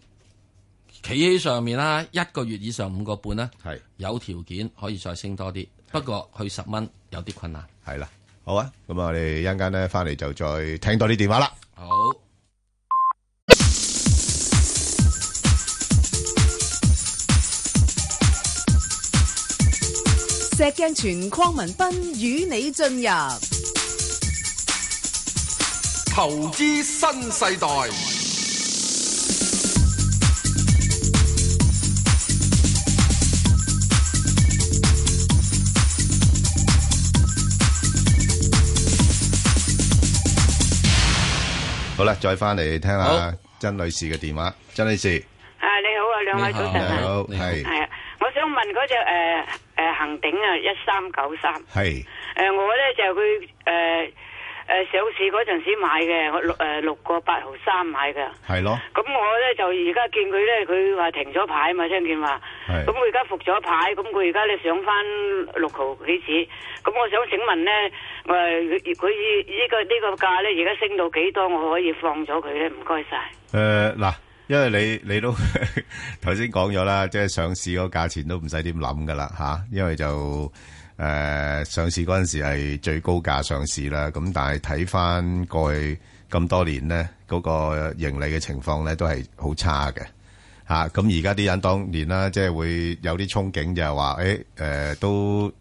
企喺上面啦，一個月以上五個半啦，係有條件可以再升多啲，不過去十蚊有啲困難。係啦，好啊。咁我哋一陣間咧翻嚟就再聽多啲電話啦。好，石鏡泉邝文斌與你進入投資新世代，好啦，再翻嚟聽下好曾女士嘅電話。曾女士，啊，你好啊，兩位早晨你啊，好，你好係系啊，我想問嗰只诶诶恒鼎啊，一三九三，係。诶我咧就佢诶诶上市嗰陣時買嘅，我六诶六个八毫三買嘅，係咯，咁我咧就而家見佢咧，佢話停咗牌嘛，聽見話，係咁佢而家復咗牌，咁佢而家咧上翻六毫幾子，咁我想請問咧，诶佢佢呢個呢個價咧而家升到幾多，我可以放咗佢咧？唔該晒。 <laughs> 誒嗱，因為你你都頭先講咗啦，即係上市嗰個價錢都唔使點諗噶啦嚇，因為就誒、上市嗰陣時係最高價上市啦，咁但係睇翻過去咁多年咧，嗰、個盈利嘅情況咧都係好差嘅。吓，咁而家啲人當然啦，即係會有啲憧憬就係話，誒誒、呃都誒誒、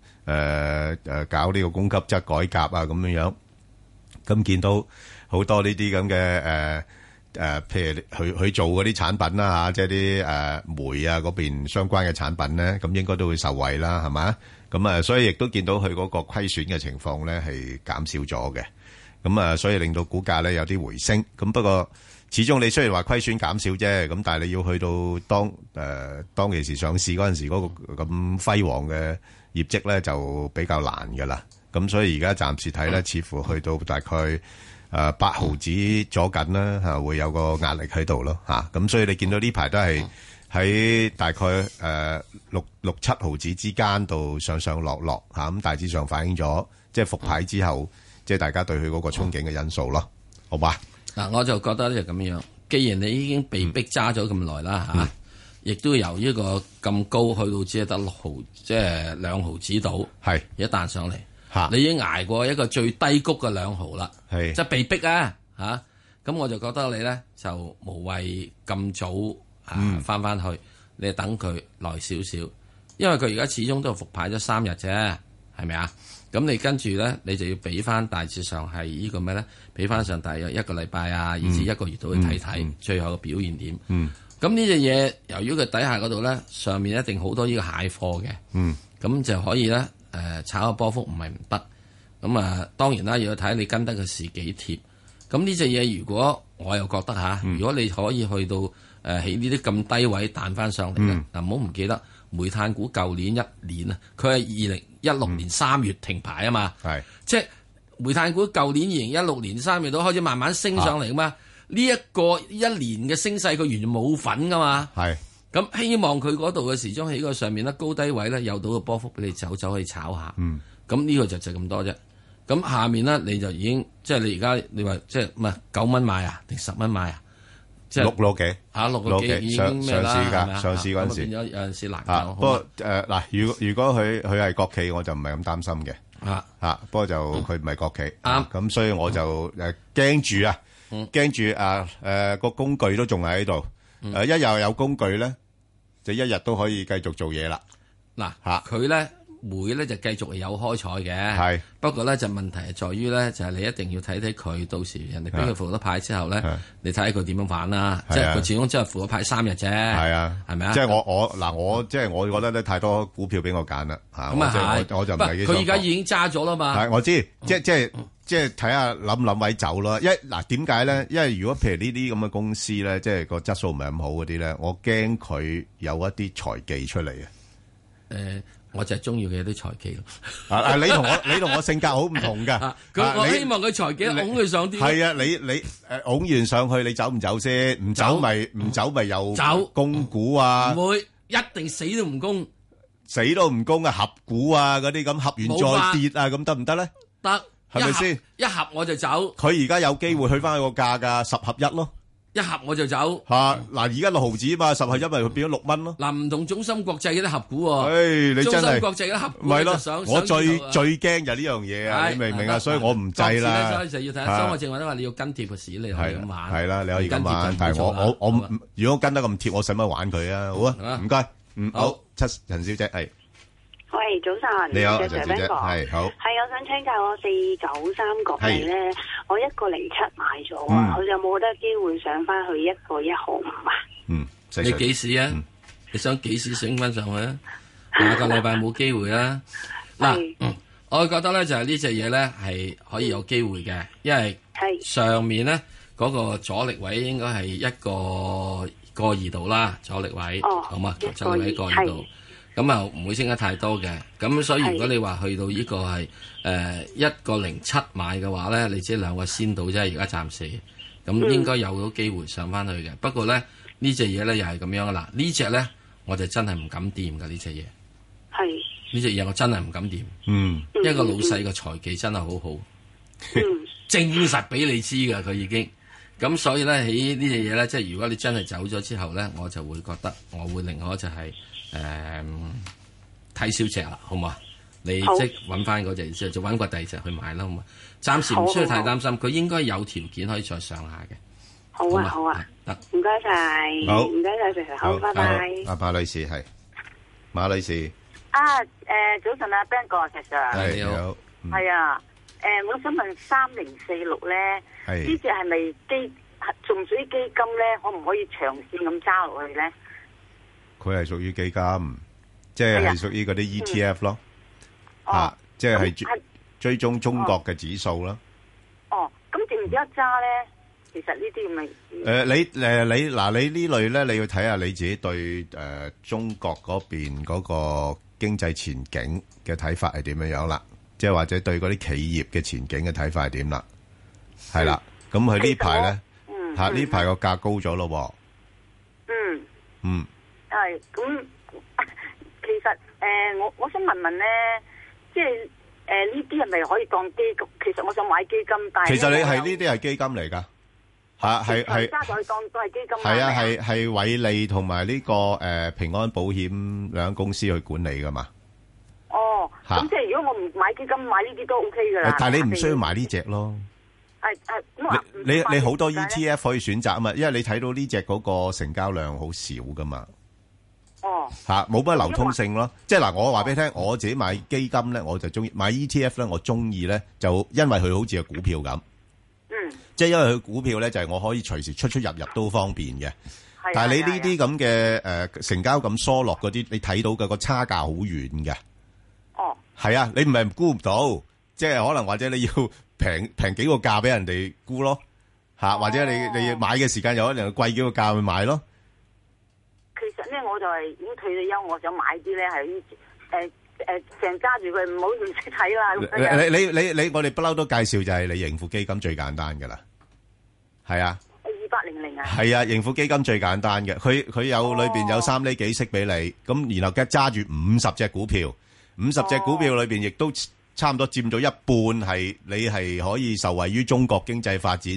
呃搞呢個供給側改革啊咁樣樣，咁見到好多呢啲咁嘅誒誒，呃譬如佢佢做嗰啲產品啦嚇、即係啲誒煤啊嗰邊相關嘅產品咧，咁應該都會受惠啦，係嘛？咁啊，所以亦都見到佢嗰個虧損嘅情況咧係減少咗嘅。咁啊，所以令到股價咧有啲回升。咁不過，始終你雖然話虧損減少啫，咁但係你要去到當誒、呃、當其時上市嗰陣時嗰個咁輝煌嘅業績咧，就比較難噶啦。咁所以而家暫時睇咧，似乎去到大概誒啊八毫子左緊啦，嚇會有個壓力喺度咯嚇。咁、所以你見到呢排都嗯係喺大概誒六六七毫子之間度上上落落嚇，咁、大致上反映咗即係復牌之後，嗯即係大家對佢嗰個憧憬嘅因素咯，好嘛？嗱我就覺得就咁樣。既然你已經被逼揸咗咁耐啦嚇，亦都由呢個咁高去到只係得六毫，即係兩毫子到，係一彈上嚟，嚇，你已經捱過一個最低谷嘅兩毫啦，係即係被逼啊嚇。咁我就覺得你咧就無謂咁早嗯啊翻翻去，你等佢耐少少，因為佢而家始終都係復牌咗三日啫，係咪啊？咁你跟住咧，你就要俾翻大致上係呢個咩咧？俾翻上大約一個禮拜啊，以至一個月度去睇睇最後嘅表現點。嗯咁呢只嘢由於佢底下嗰度咧，上面一定好多呢個蟹貨嘅。嗯咁就可以咧，誒、炒個波幅唔係唔得。咁啊，當然啦，要睇你跟得嘅市幾貼。咁呢只嘢，如果我又覺得嚇，嗯如果你可以去到誒喺呢啲咁低位彈翻上嚟嘅，嗯嗱唔好唔記得煤炭股舊年一年啊，佢係二零一六年三月停牌啊嘛，嗯係即係煤炭股舊年二零一六年三月都開始慢慢升上嚟啊嘛。呢一個一年嘅升勢，佢完全冇份噶嘛。係咁希望佢嗰度嘅時鐘喺個上面咧高低位咧有到個波幅俾你走走去炒下。嗯咁呢個就就咁多啫。咁下面咧你就已經即係你而家你話即係唔係九蚊買啊定十蚊買啊？即係六個幾啊六個幾已經上咩啦上市㗎係咪啊上市嗰陣時咁啊變咗有陣時難啊，搞。不過誒嗱，如如果佢佢係國企，我就唔係咁擔心嘅。啊啊，不過就佢唔係國企，啱咁，所以我就嗯誒驚住啊，驚住啊誒個工具都仲喺度，嗯誒一又有工具咧，就一日都可以繼續做嘢啦。嗱，佢咧會咧就繼續係有開採嘅，係不過咧就問題係在於咧，就係你一定要睇睇佢到時人哋俾佢係付咗牌之後咧，你睇下佢點樣玩啦。啊係啊即係佢始終即係付咗牌三日啫，係啊，係咪啊？即係我我嗱我即係我覺得咧太多股票俾我揀啦嚇，咁我即啊係係，我我就唔不係幾想佢而家啊嗯搏已經揸咗啦嘛。係，我知，即係即係即係睇下諗唔諗位走啦。因為嗱點解嗯咧？因為如果譬如呢啲咁嘅公司咧，即係個質素唔係咁好嗰啲咧，我驚佢有一啲財技出嚟啊！誒，我就係中意佢有啲財技咯。啊啊！你同我你同我性格好唔同㗎。佢啊我你希望佢財技拱佢上啲。係啊，你你诶，拱完上去，你走唔走先？唔走咪唔走咪又走供股啊？唔會一定死都唔供。死都唔供啊，合股啊嗰啲咁，合冇啊完再跌啊，咁得唔得咧？得係咪先？一盒一盒我就走，佢而家有機會去翻個價㗎，十合一咯。一盒我就走。吓嗱，而家六毫子啊嘛，十合一咪佢變咗六蚊咯。嗱，唔同中心國際嗰啲合股喎。唉，你真中係心國際嗰啲合股咪呢咯就想？我想知最道啊最驚就呢樣嘢啊，係你明唔明嗱啊？嗱所以我唔制各自啦。咧所以就要睇下。啊所以我正話都話你要跟貼個市，你可以咁玩。係啦，你可以咁玩，跟貼但就冇係我錯啦啊我我唔如果跟得咁貼，我使乜玩佢啊？好啊，唔該，嗯好，七陳小姐係喂，早晨，你好，謝陳謝小姐 Ben 哥係好，係，我想請教我四九三國際咧，我一個零七買咗嗯啊，佢有冇得機會上翻去一個一毫五啊？嗯你幾時啊？你想幾時升翻上去啊？下個禮拜冇機會啦。嗱，嗯我覺得咧就係呢只嘢咧係可以有機會嘅，因為上面咧嗰個阻力位應該係一個個二度啦，阻力位哦好嘛？一個阻二力位一個二度。咁啊，唔會升得太多嘅。咁所以如果係你話去到呢個係誒一個零七買嘅話咧，你只兩個先到啫。而家暫時咁嗯應該有到機會上翻去嘅。不過咧呢只嘢咧又係咁樣噶啦。呢只咧我就真係唔敢掂噶呢只嘢。係呢只嘢我真係唔敢掂。嗯，一個老細嘅財技真係好好，嗯證實俾你知㗎，佢已經。咁所以咧喺呢隻嘢咧，即係如果你真係走咗之後咧，我就會覺得我會寧可就係誒睇小隻啦，好唔好啊？你即好係揾翻嗰隻之後，就揾個第二隻去買啦，好唔好？暫時唔需要太擔心，佢應該有條件可以再上下嘅。好好啊，嘛好啊得，唔該晒，好唔該晒，石 Sir，好，拜拜。阿馬女士係馬女士啊，誒，早晨啊，Ben 哥，石 Sir，係你好，嗯係啊，誒，我想問三零四六咧，係呢只係咪基重水基金咧，可唔可以長線咁揸落去咧？佢係屬於基啊金，即係係屬於嗰啲 ETF 咯，嗯哦啊，即係追追蹤中國嘅指數啦。哦，咁值唔值得揸咧？其實呢啲咪誒、呃你誒、你嗱你呢類咧，你要睇下你自己對誒、呃中國嗰邊嗰個經濟前景嘅睇法係點樣樣啦，即係或者對嗰啲企業嘅前景嘅睇法係點啦，係啦，咁佢呢排咧嗯嚇呢排個價高咗咯喎，嗯嗯係 <laughs> 咁。其實誒，我我想問問咧，即係誒呢啲係咪可以當基金？其實我想買基金，但係其實你係呢呢啲係基金嚟㗎，嚇係係揸落去當都係基金係啊係咪係係偉利同埋呢個誒、平安保險兩間公司去管理㗎嘛，哦，嚇咁即係如果我唔買基金，買呢啲都 O K 噶啦。但係你唔需要買呢只咯。係係咁啊你你好多 E ETF 可以選擇啊嘛，因為你睇到呢只嗰個成交量好少噶嘛，哦，嚇冇乜流通性咯。即係嗱，我話俾你聽，我自己買基金咧，我就中意買 E ETF 咧，我中意咧就因為佢好似係股票咁，嗯，即係因為佢股票咧就係我可以隨時出出入入都方便嘅。係啊但係你呢係啊啲咁嘅誒成交咁疏落嗰啲，你睇到嘅個差價好遠嘅。哦，係啊，你唔係估唔到，即係可能或者你要平平幾個價俾人哋估咯，吓、或者你你買嘅時間有可能貴幾個價去買咯，其實咧我就係已經退咗休，我想買啲咧係誒誒成揸住佢，唔好唔識睇啦咁樣你你你你我哋不嬲都介紹就係你盈富基金最簡單噶啦，係啊二八零零啊，係啊，盈富基金最簡單嘅，佢佢有裏邊有三厘幾息俾你，咁然後嘅揸住五十隻股票，五十隻股票裏邊亦都差唔多佔咗一半係你係可以受惠於中國經濟發展，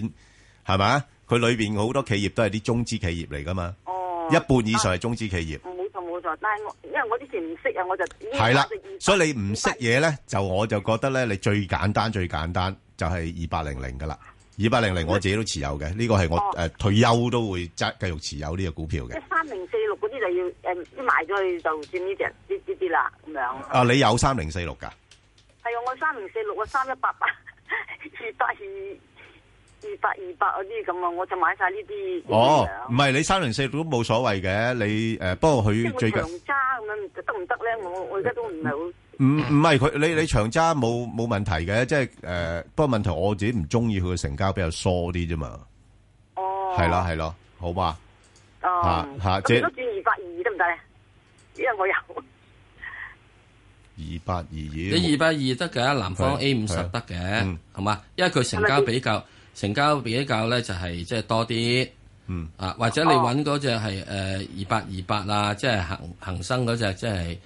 係咪啊？佢裏邊好多企業都係啲中資企業嚟噶嘛，哦，一半以上係中資企業。冇錯冇錯，但係我因為我之前唔識啊，我就係啦，所以哦你唔識嘢咧，就我就覺得咧，你最簡單最簡單就係二八零零噶啦，二八零零我自己都持有嘅，呢個係我誒退休都會揸繼續持有呢個股票嘅。一三零四六嗰啲就要誒賣咗去就轉呢只呢呢啲啦咁樣。啊，你有三零四六噶？係啊，我三零四六啊，三一八 <laughs> 八，二百二。二百二百嗰啲咁啊，我就買晒呢啲。哦，唔係你三零四六都冇所謂嘅，你誒不過啊即佢係我最近嗯長揸咁樣得唔得咧？我我而家都唔係好。唔唔係佢你你長揸冇冇問題嘅，即係誒不過問題我自己唔中意佢嘅成交比較疏啲啫嘛。哦。係啦係咯，好嘛？哦，嚇嚇咁如果即轉二百二得唔得咧？因為我有二八二二，你二百二得嘅，南方係 A 五十係嗯得嘅，係嘛？因為佢成交比較，成交比較咧就係即係多啲。嗯啊，或者你揾嗰只係誒呃二八二八啊，即係恒恒生嗰只，即係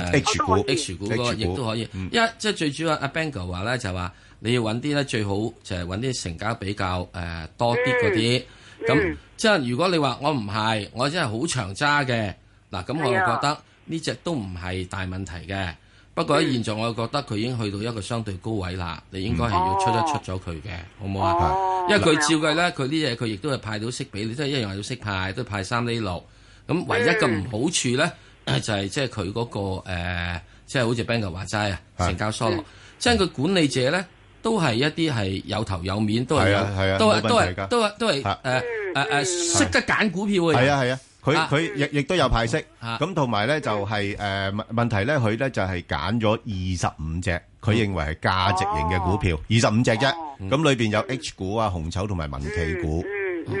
誒啊 H 股，H 股嗰 H 個股嗯亦都可以。因為即係最主要阿 Bang 哥話咧就話你要揾啲咧最好就係揾啲成交比較誒多啲嗰啲。咁即係如果你話我唔係，我真係好長揸嘅嗱，咁我就係啊覺得呢只都唔係大問題嘅。不過喺現在，我覺得佢已經去到一個相對高位啦，你應該係要出一出咗佢嘅，好唔好啊哦？因為佢照計咧，佢呢嘢佢亦都係派到息俾你，即係一樣有息派，都派三厘六。咁唯一嘅唔好處咧， <clears throat> 就係即係佢嗰個誒即係好似 Ben 哥話齋啊，成交疏落嗯，即係佢管理者咧。都係一啲係有頭有面，都係係啊係有，啊都冇問題都係㗎都係都係誒嚇誒誒識得揀股票嘅人。係啊係啊，佢啊佢亦亦都有派息，啊咁同埋咧就係誒問問題咧，佢咧就係揀咗二十五隻，佢認為係價值型嘅股票，二十五隻啫，咁裏邊有 H 股啊、紅籌同埋嗯民企股，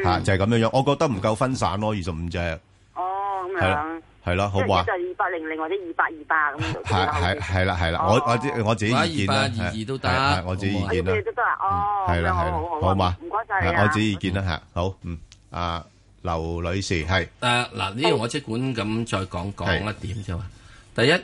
嚇啊就係咁樣樣，我覺得唔夠分散咯，二十五隻哦咁係啦樣。係啦，好即係話就二百零零或者二百二百咁。係係哦係啦係啦，我我自我自己意見啦，或者222都得係係我自己意見啦我呢啲，都得啊。哦，係啦咁樣係啦好好，好嘛，唔該晒你啊係我自己意見啦嚇，好嗯，啊劉女士係誒嗱，呢度我即管咁再講講一點啫嘛。第一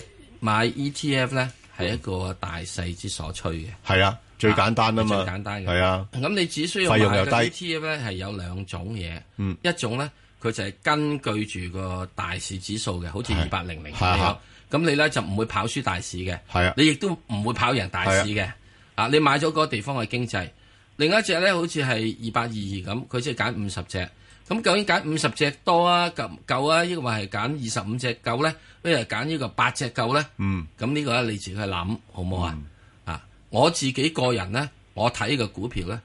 買 E ETF 咧係一個大勢之所趨嘅，係啊，最簡單啊嘛，最簡單嘅係啊，咁你只需要買費用又低嘅 ETF 咧係有兩種嘢，嗯一種咧佢就係根據住個大市指數嘅，好似係二八零零咁係樣係。咁你咧就唔會跑輸大市嘅，係啊你亦都唔會跑贏大市嘅。啊，你買咗嗰個地方嘅經濟，另一隻咧好似係二八二二咁，佢即係揀五十隻。咁究竟揀五十隻多啊，夠唔夠啊？抑或係揀二十五隻夠咧？不如揀呢個八隻夠咧？嗯，咁呢個咧你自己去諗，好唔好啊？啊，我自己個人咧，我睇嘅股票咧，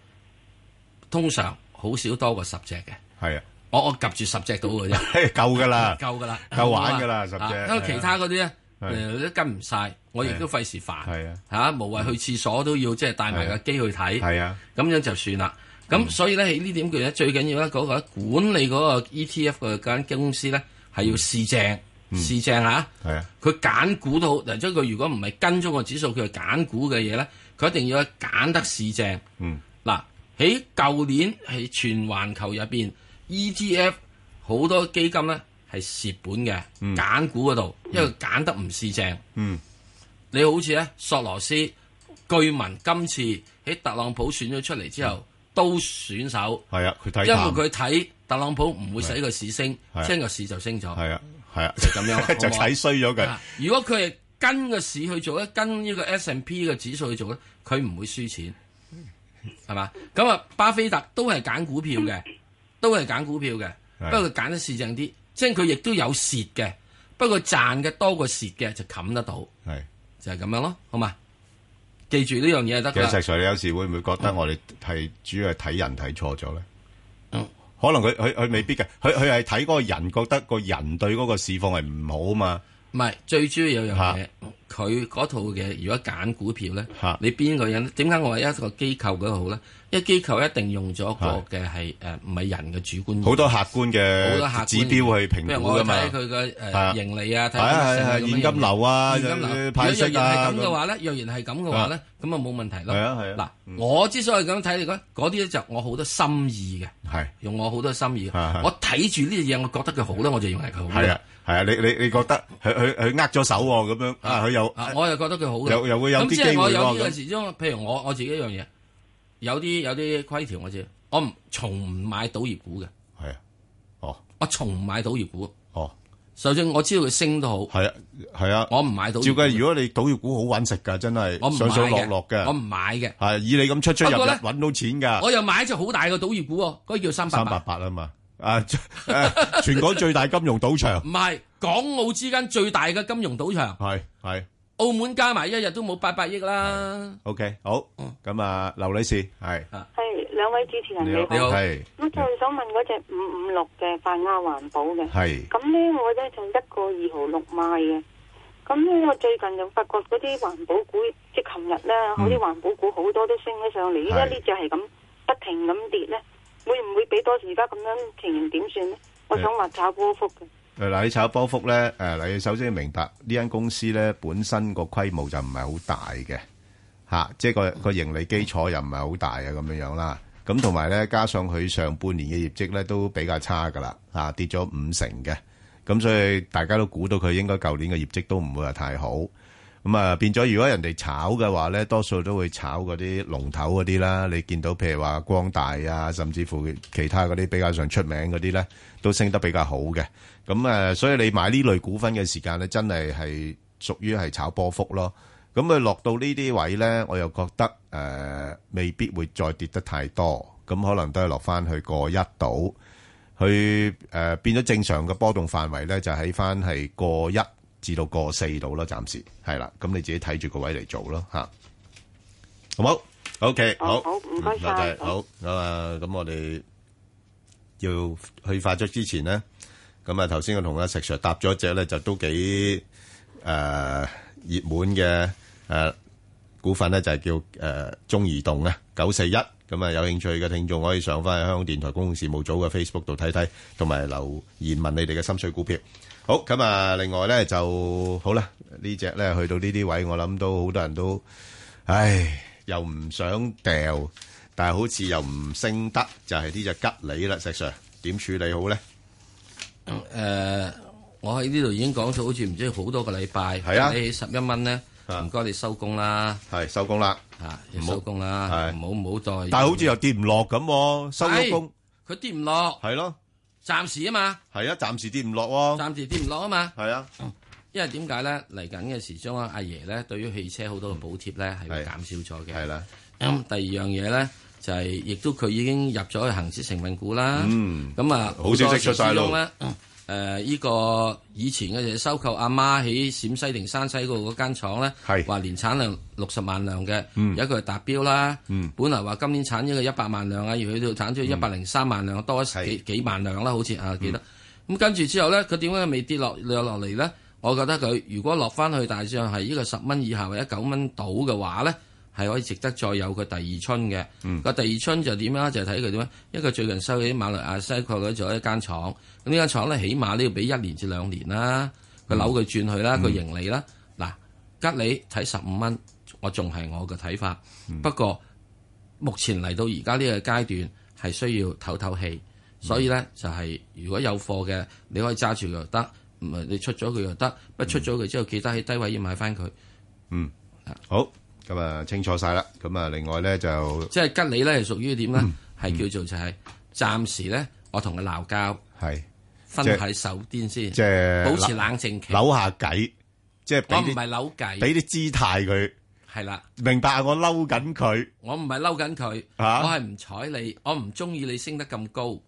通常好少多過十隻嘅。係啊，我我及住十隻到 <laughs> 嘅啫。夠㗎啦，夠噶啦，夠玩㗎啦，十啊隻，因為其他嗰啲咧，係誒都跟唔晒，我亦都費事煩。係啊，嚇，無謂去廁所都要即係帶埋個機去睇。係嗯啊，咁樣就算啦。咁所以咧喺呢點佢咧最緊要咧嗰個管理嗰個 ETF 嘅間公司咧係嗯要試正試正嚇。係啊，佢揀股都好，嗱，即係佢如果唔係跟蹤個指數，佢係揀股嘅嘢咧，佢一定要揀得市正。嗯，嗱，喺舊年係全環球入邊 ETF 好多基金咧係蝕本嘅，揀股嗰度，因為揀得唔市正。嗯，你好似咧索羅斯，據聞今次喺特朗普選咗出嚟之後，都選手，係啊，佢因嗯睇為淡佢睇特朗普唔會使個市升係啊，即係個市就升咗。係啊，係啊，就咁樣啦 <laughs> 就好唔好啊睇衰咗佢啊。如果佢係跟個市去做咧，跟呢個 S and P 嘅指數去做咧，佢唔會輸錢，係嘛？咁啊，巴菲特都係揀股票嘅，都係揀股票嘅，係不過佢揀得市正啲，即係佢亦都有蝕嘅，不過賺嘅多過蝕嘅就冚得到，係就係咁樣咯，好嘛？記住呢樣嘢就 <laughs> 得其㗎實石啦。 Sir，你有時會唔會覺得我哋係主要係睇人睇錯咗咧？可能佢佢佢未必嘅，佢佢係睇嗰個人，覺得個人對嗰個市況係唔好啊嘛。唔係最主要有樣嘢，佢嗰套嘅如果揀股票咧嚇，你邊個人？點解我話一個機構嗰個好咧？因為機構一定用咗一個嘅係誒唔係人嘅主觀意見，好多客觀嘅好多客觀指標去評譬如估我㗎嘛睇佢嘅係啊誒盈利啊，睇係啊佢係啊成日咁樣現金流啊現金流派息啊如果若然係咁咁嘅話咧，若然係咁嘅話咧，咁啊冇問題咯。係啊係啊嗱，我之所以咁睇你講，嗰啲咧就我好多心意嘅，係用我好多心意嘅。係我睇住呢啲嘢，我覺得佢好咧，我就認為佢好啦。係啊係啊，你你你覺得佢佢佢握咗手喎咁樣啊？佢又啊，我又覺得佢好嘅，又又會有啲咁即機係會我有喎啲咁有時中，譬如我我自己一樣嘢，有啲有啲規條我知，我唔從唔買賭業股嘅。係啊，哦，我從唔買賭業股。哦，就算我知道佢升都好。係啊，係啊，我唔買賭業照股。計，如果你賭業股好揾食㗎，真係我唔買上嘅上落落嘅。我唔買嘅。係以你咁出出入入不過呢揾到錢㗎。我又買一隻好大嘅賭業股喎，嗰個叫三八三八八。八啊嘛，啊， <laughs> 誒全港最大金融賭場唔係港澳之間最大嘅金融賭場，係係澳門加埋一日都冇八百億啦。 ，OK 好，嗯咁啊，劉女士係系两位主持人你好，係咁就想問嗰隻五五六嘅泛亞環保嘅，係咁呢，我呢就一個二毫六賣嘅，咁呢，我最近就發覺嗰啲環保股，即係琴日呢，嗰啲環保股好多都升咗上嚟，依家呢只係咁不停咁跌呢，會唔會俾多而家咁樣情形點算呢？我想話炒波幅嘅，誒呃嗱，你炒波幅咧，誒你首先要明白呢間公司咧本身個規模就唔係好大嘅，嚇、即係個個盈利基礎又唔係好大啊咁樣樣啦。咁同埋咧，加上佢上半年嘅業績咧都比較差噶啦，嚇、跌咗五成嘅，咁所以大家都估到佢應該舊年嘅業績都唔會話太好。咁啊，變咗如果人哋炒嘅話咧，多數都會炒嗰啲龍頭嗰啲啦。你見到譬如話光大啊，甚至乎其他嗰啲比較上出名嗰啲咧，都升得比較好嘅。咁啊，所以你買呢類股份嘅時間咧，真係係屬於係炒波幅咯。咁佢落到呢啲位咧，我又覺得誒、呃未必會再跌得太多，咁可能都係落翻去過一度。佢誒、呃、變咗正常嘅波動範圍咧，就喺翻係過一至到過四度啦，暫時係啦。咁你自己睇住個位嚟做咯，吓，好冇？OK，哦好，好唔該嗯多晒謝好咁啊，咁我哋要去發作之前咧，咁啊頭先我同阿石 Sir 搭咗一隻咧，就都幾誒熱門嘅誒股份咧，就係叫誒中移動啊，九四一。咁啊，有興趣嘅聽眾可以上翻去香港電台公共事務組嘅 Facebook 度睇睇，同埋留言問你哋嘅心水股票。好，咁啊，另外咧就好啦，呢只咧去到呢啲位，我諗都好多人都，唉，又唔想掉，但係好似又唔升得，就係呢只吉利啦，石 Sir 點處理好咧？誒、嗯我喺呢度已經講咗，好似唔知好多個禮拜，係啊你十一蚊咧，唔該你收工啦，係收工啦，嚇，要收工啦，唔好唔好再。但係好似又跌唔落咁喎，收咗工，佢跌唔落，係咯，暫時啊嘛，係啊，暫時跌唔落喎，暫時跌唔落啊嘛，係啊，因為點解咧？嚟緊嘅時鐘啊，阿爺咧對於汽車好多嘅補貼咧係會減少咗嘅。係啦。咁第二樣嘢咧就係，亦都佢已經入咗去恒指成分股啦。嗯咁啊，好消息出晒咯好多時之中咧。誒依個以前嘅就收購阿媽喺陝西定山西嗰度嗰間廠咧，話年產量六十萬輛嘅，嗯有一個係達標啦。嗯本來話今年產呢個一百萬輛啊，而去到產咗一百零三萬輛，多咗幾幾萬輛啦，好似啊嗯記得。咁跟住之後咧，佢點解未跌落落落嚟咧？我覺得佢如果落翻去大致上係呢個十蚊以下或者九蚊到嘅話咧，係可以值得再有佢第二春嘅。嗯個第二春就點啦？就睇佢點咧。因為佢最近收起馬來亞西佢攞咗一間廠，咁呢間廠咧起碼都要俾一年至兩年啦。佢嗯扭佢轉去啦，佢嗯盈利啦。嗱，吉利睇十五蚊，我仲係我嘅睇法。不過目前嚟到而家呢個階段係需要唞唞氣，所以咧就係、如果有貨嘅，你可以揸住佢又得，唔係你出咗佢又得，不過出咗佢之後記得喺低位要買翻佢。嗯，好，咁啊清楚晒啦。咁啊，另外咧就即係吉利咧係屬於點咧？係叫做就係暫時咧，我同佢鬧交，係分即係喺手邊先，即係保持冷靜期。扭下計，即係俾我唔啲係扭計，俾啲姿態佢。係啦，明白我嬲緊佢。我唔係嬲緊佢，啊我係唔睬你，我唔中意你升得咁高，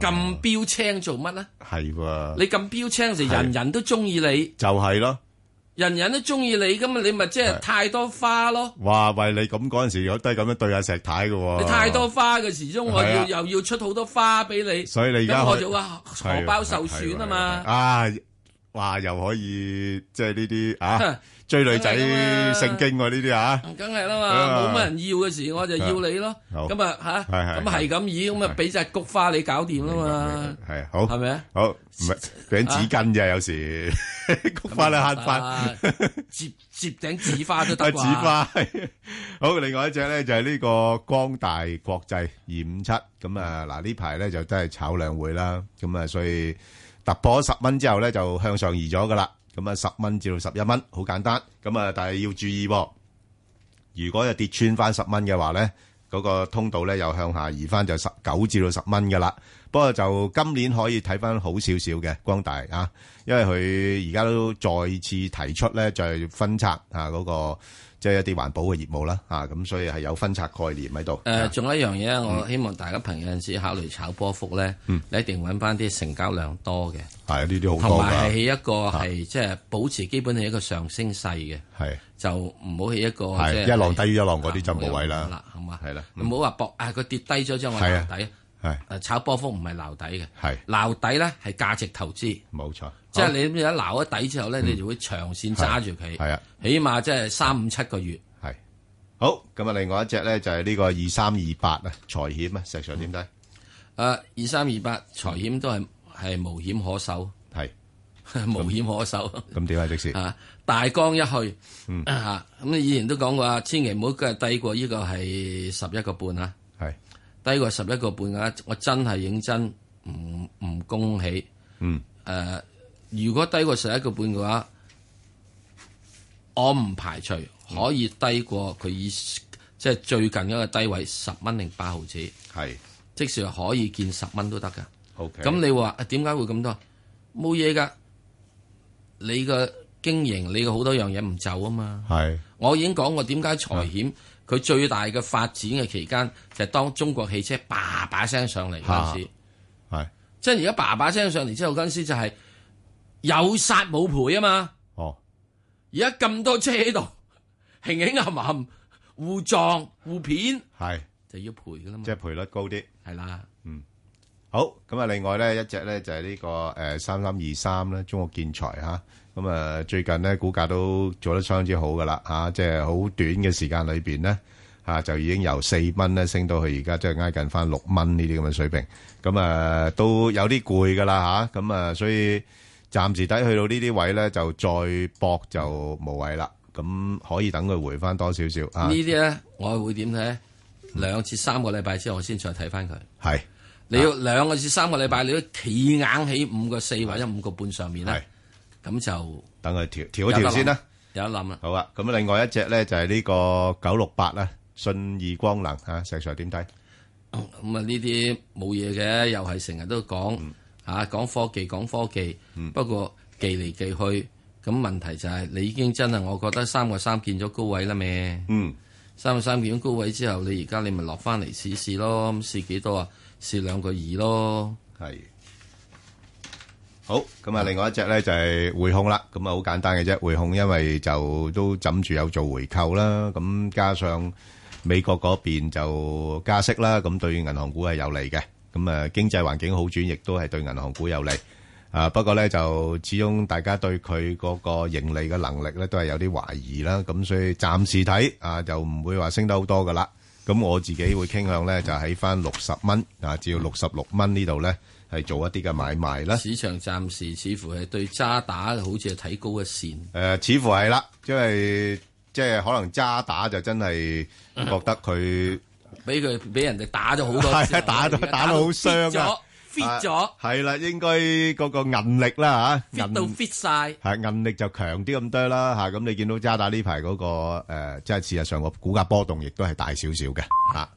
咁標青做乜咧？係喎，你咁標青就人人都中意你，就係咯。人人都中意你，咁啊你咪即係太多花咯。哇！喂，你咁嗰陣時，我都係咁樣對阿石太嘅喎。你太多花嘅時鐘，我啊係啊要又要出好多花俾你，所以你而家咁我可以就話荷包受損啊嘛。啊！哇！又可以即係呢 <laughs> 啲啊追女仔梗係㗎嘛聖經喎呢啲啊。梗係啦啊嘛，冇乜人要嘅時，我就要你咯。好咁啊吓，係係咁係咁以，咁啊俾隻菊花你搞掂啦嘛。係好係咪啊？好唔係俾緊紙巾啫，有 <laughs> 時菊花咧慳翻。接接頂紫花都啊 <laughs> 得啊啩。紫花係好，另外一隻咧就係呢個光大國際二五七，咁嗯啊嗱呢排咧就真係炒兩會啦，咁啊所以突破十蚊之後咧就向上移咗噶啦，咁啊十蚊至到十一蚊，好簡單，咁啊但係要注意喎，如果係跌穿翻十蚊嘅話咧，咁嗰個通道咧又向下移翻就十九至到十蚊噶啦。不過就今年可以睇翻好少少嘅光大啊，因為佢而家都再次提出咧，就係分拆啊嗰個即係一啲環保嘅業務啦啊，咁所以係有分拆概念喺度。啊誒，呃仲有一樣嘢咧，我嗯希望大家朋友有陣時考慮炒波幅咧，你一定揾翻啲成交量多嘅，係呢啲好同多埋起㗎，啊一個係即係保持基本係一個上升勢嘅，係就唔好起一個即係係啊一浪低於一浪嗰啲就冇位啦，係嘛？係啦，嗯唔好話搏啊！佢跌低咗之後我係啊撈底，係誒炒波幅唔係撈底嘅，係撈底咧係價值投資，冇錯。即係你一撈咗底之後咧，你就會長線揸住佢，嗯係啊，起碼即係三五七個月。係好咁啊！另外一隻咧就係呢個二三二八啊，財險啊，石 Sir 點嗯睇？誒，啊二三二八財險都係係無險可守，係 <laughs> 無險 <laughs> 可守。咁點啊，即時啊，大江一去嗯嚇，咁以前都講過啊，千祈唔好佢係低過呢個係十一個半啊，係低過十一個半啊，我真係認真唔唔恭喜。嗯誒、如果低過十一個半嘅話，我唔排除可以低過佢以即係最近一個低位十蚊零八毫子。係，即使可以見十蚊都得㗎。 OK 咁你話啊點解會咁多？冇嘢㗎，你個經營你嘅好多樣嘢唔走啊嘛。係我已經講過點解啊財險佢最大嘅發展嘅期間就係當中國汽車叭叭聲上嚟嗰陣時，係即係而家叭叭聲上嚟之後嗰陣時就係有殺冇賠啊嘛。哦，而家咁多車喺度，輕輕冚冚互撞互片，係就要賠㗎啦嘛。即係賠率高啲，係啦。嗯，好咁啊！另外咧一隻咧就係呢個誒三三二三咧，中國建材嚇。咁啊，最近咧股價都做得相當之好噶啦嚇，即係好短嘅時間裏邊咧嚇就已經由四蚊咧升到去而家即係挨近翻六蚊呢啲咁嘅水平。咁啊都有啲攰噶啦嚇，咁啊所以暫時睇去到呢啲位咧就再搏就無謂啦。咁可以等佢回翻多少少啊呢？啲咧，我會點睇呢？兩至三個禮拜之後，我先再睇翻佢。係你要兩個至三個禮拜，你都企硬喺五個四或者五個半上面咧，咁就等佢調調一調先啦。有得諗啦。好啊，咁另外一隻咧就係呢個九六八啦，信義光能啊，石 Sir 點睇？咁啊，呢啲冇嘢嘅，又係成日都講嚇講科技，講科技。不過記嚟記去，咁問題就係你已經真係，我覺得三個三見咗高位啦咩？嗯，三個三見咗高位之後，你而家你咪落翻嚟試試咯，咁試幾多啊？試兩個二咯。係。好，咁啊，另外一隻咧就係匯控啦，咁啊好簡單嘅啫，匯控因為就都枕住有做回購啦，咁加上美國嗰邊就加息啦，咁對銀行股係有利嘅，咁啊經濟環境好轉，亦都係對銀行股有利。啊，不過咧就始終大家對佢嗰個盈利嘅能力咧都係有啲懷疑啦，咁所以暫時睇啊就唔會話升得好多噶啦。咁我自己會傾向咧就喺翻六十蚊啊，至到六十六蚊呢度咧係做一啲嘅買賣啦。市場暫時似乎係對渣打好似係睇高一線。誒、呃似乎係啦，因為即係可能渣打就真係覺得佢俾佢俾人哋打咗好多 <laughs> 次，係啊打咗而家打到好傷啊咗 fit 咗係啦，應該嗰個韌力啦嚇， ，fit 到 fit 晒。係韌力就強啲咁多啦呃嚇。咁你見到渣打呢排嗰個誒即係事實上個股價波動亦都係大少少嘅嚇。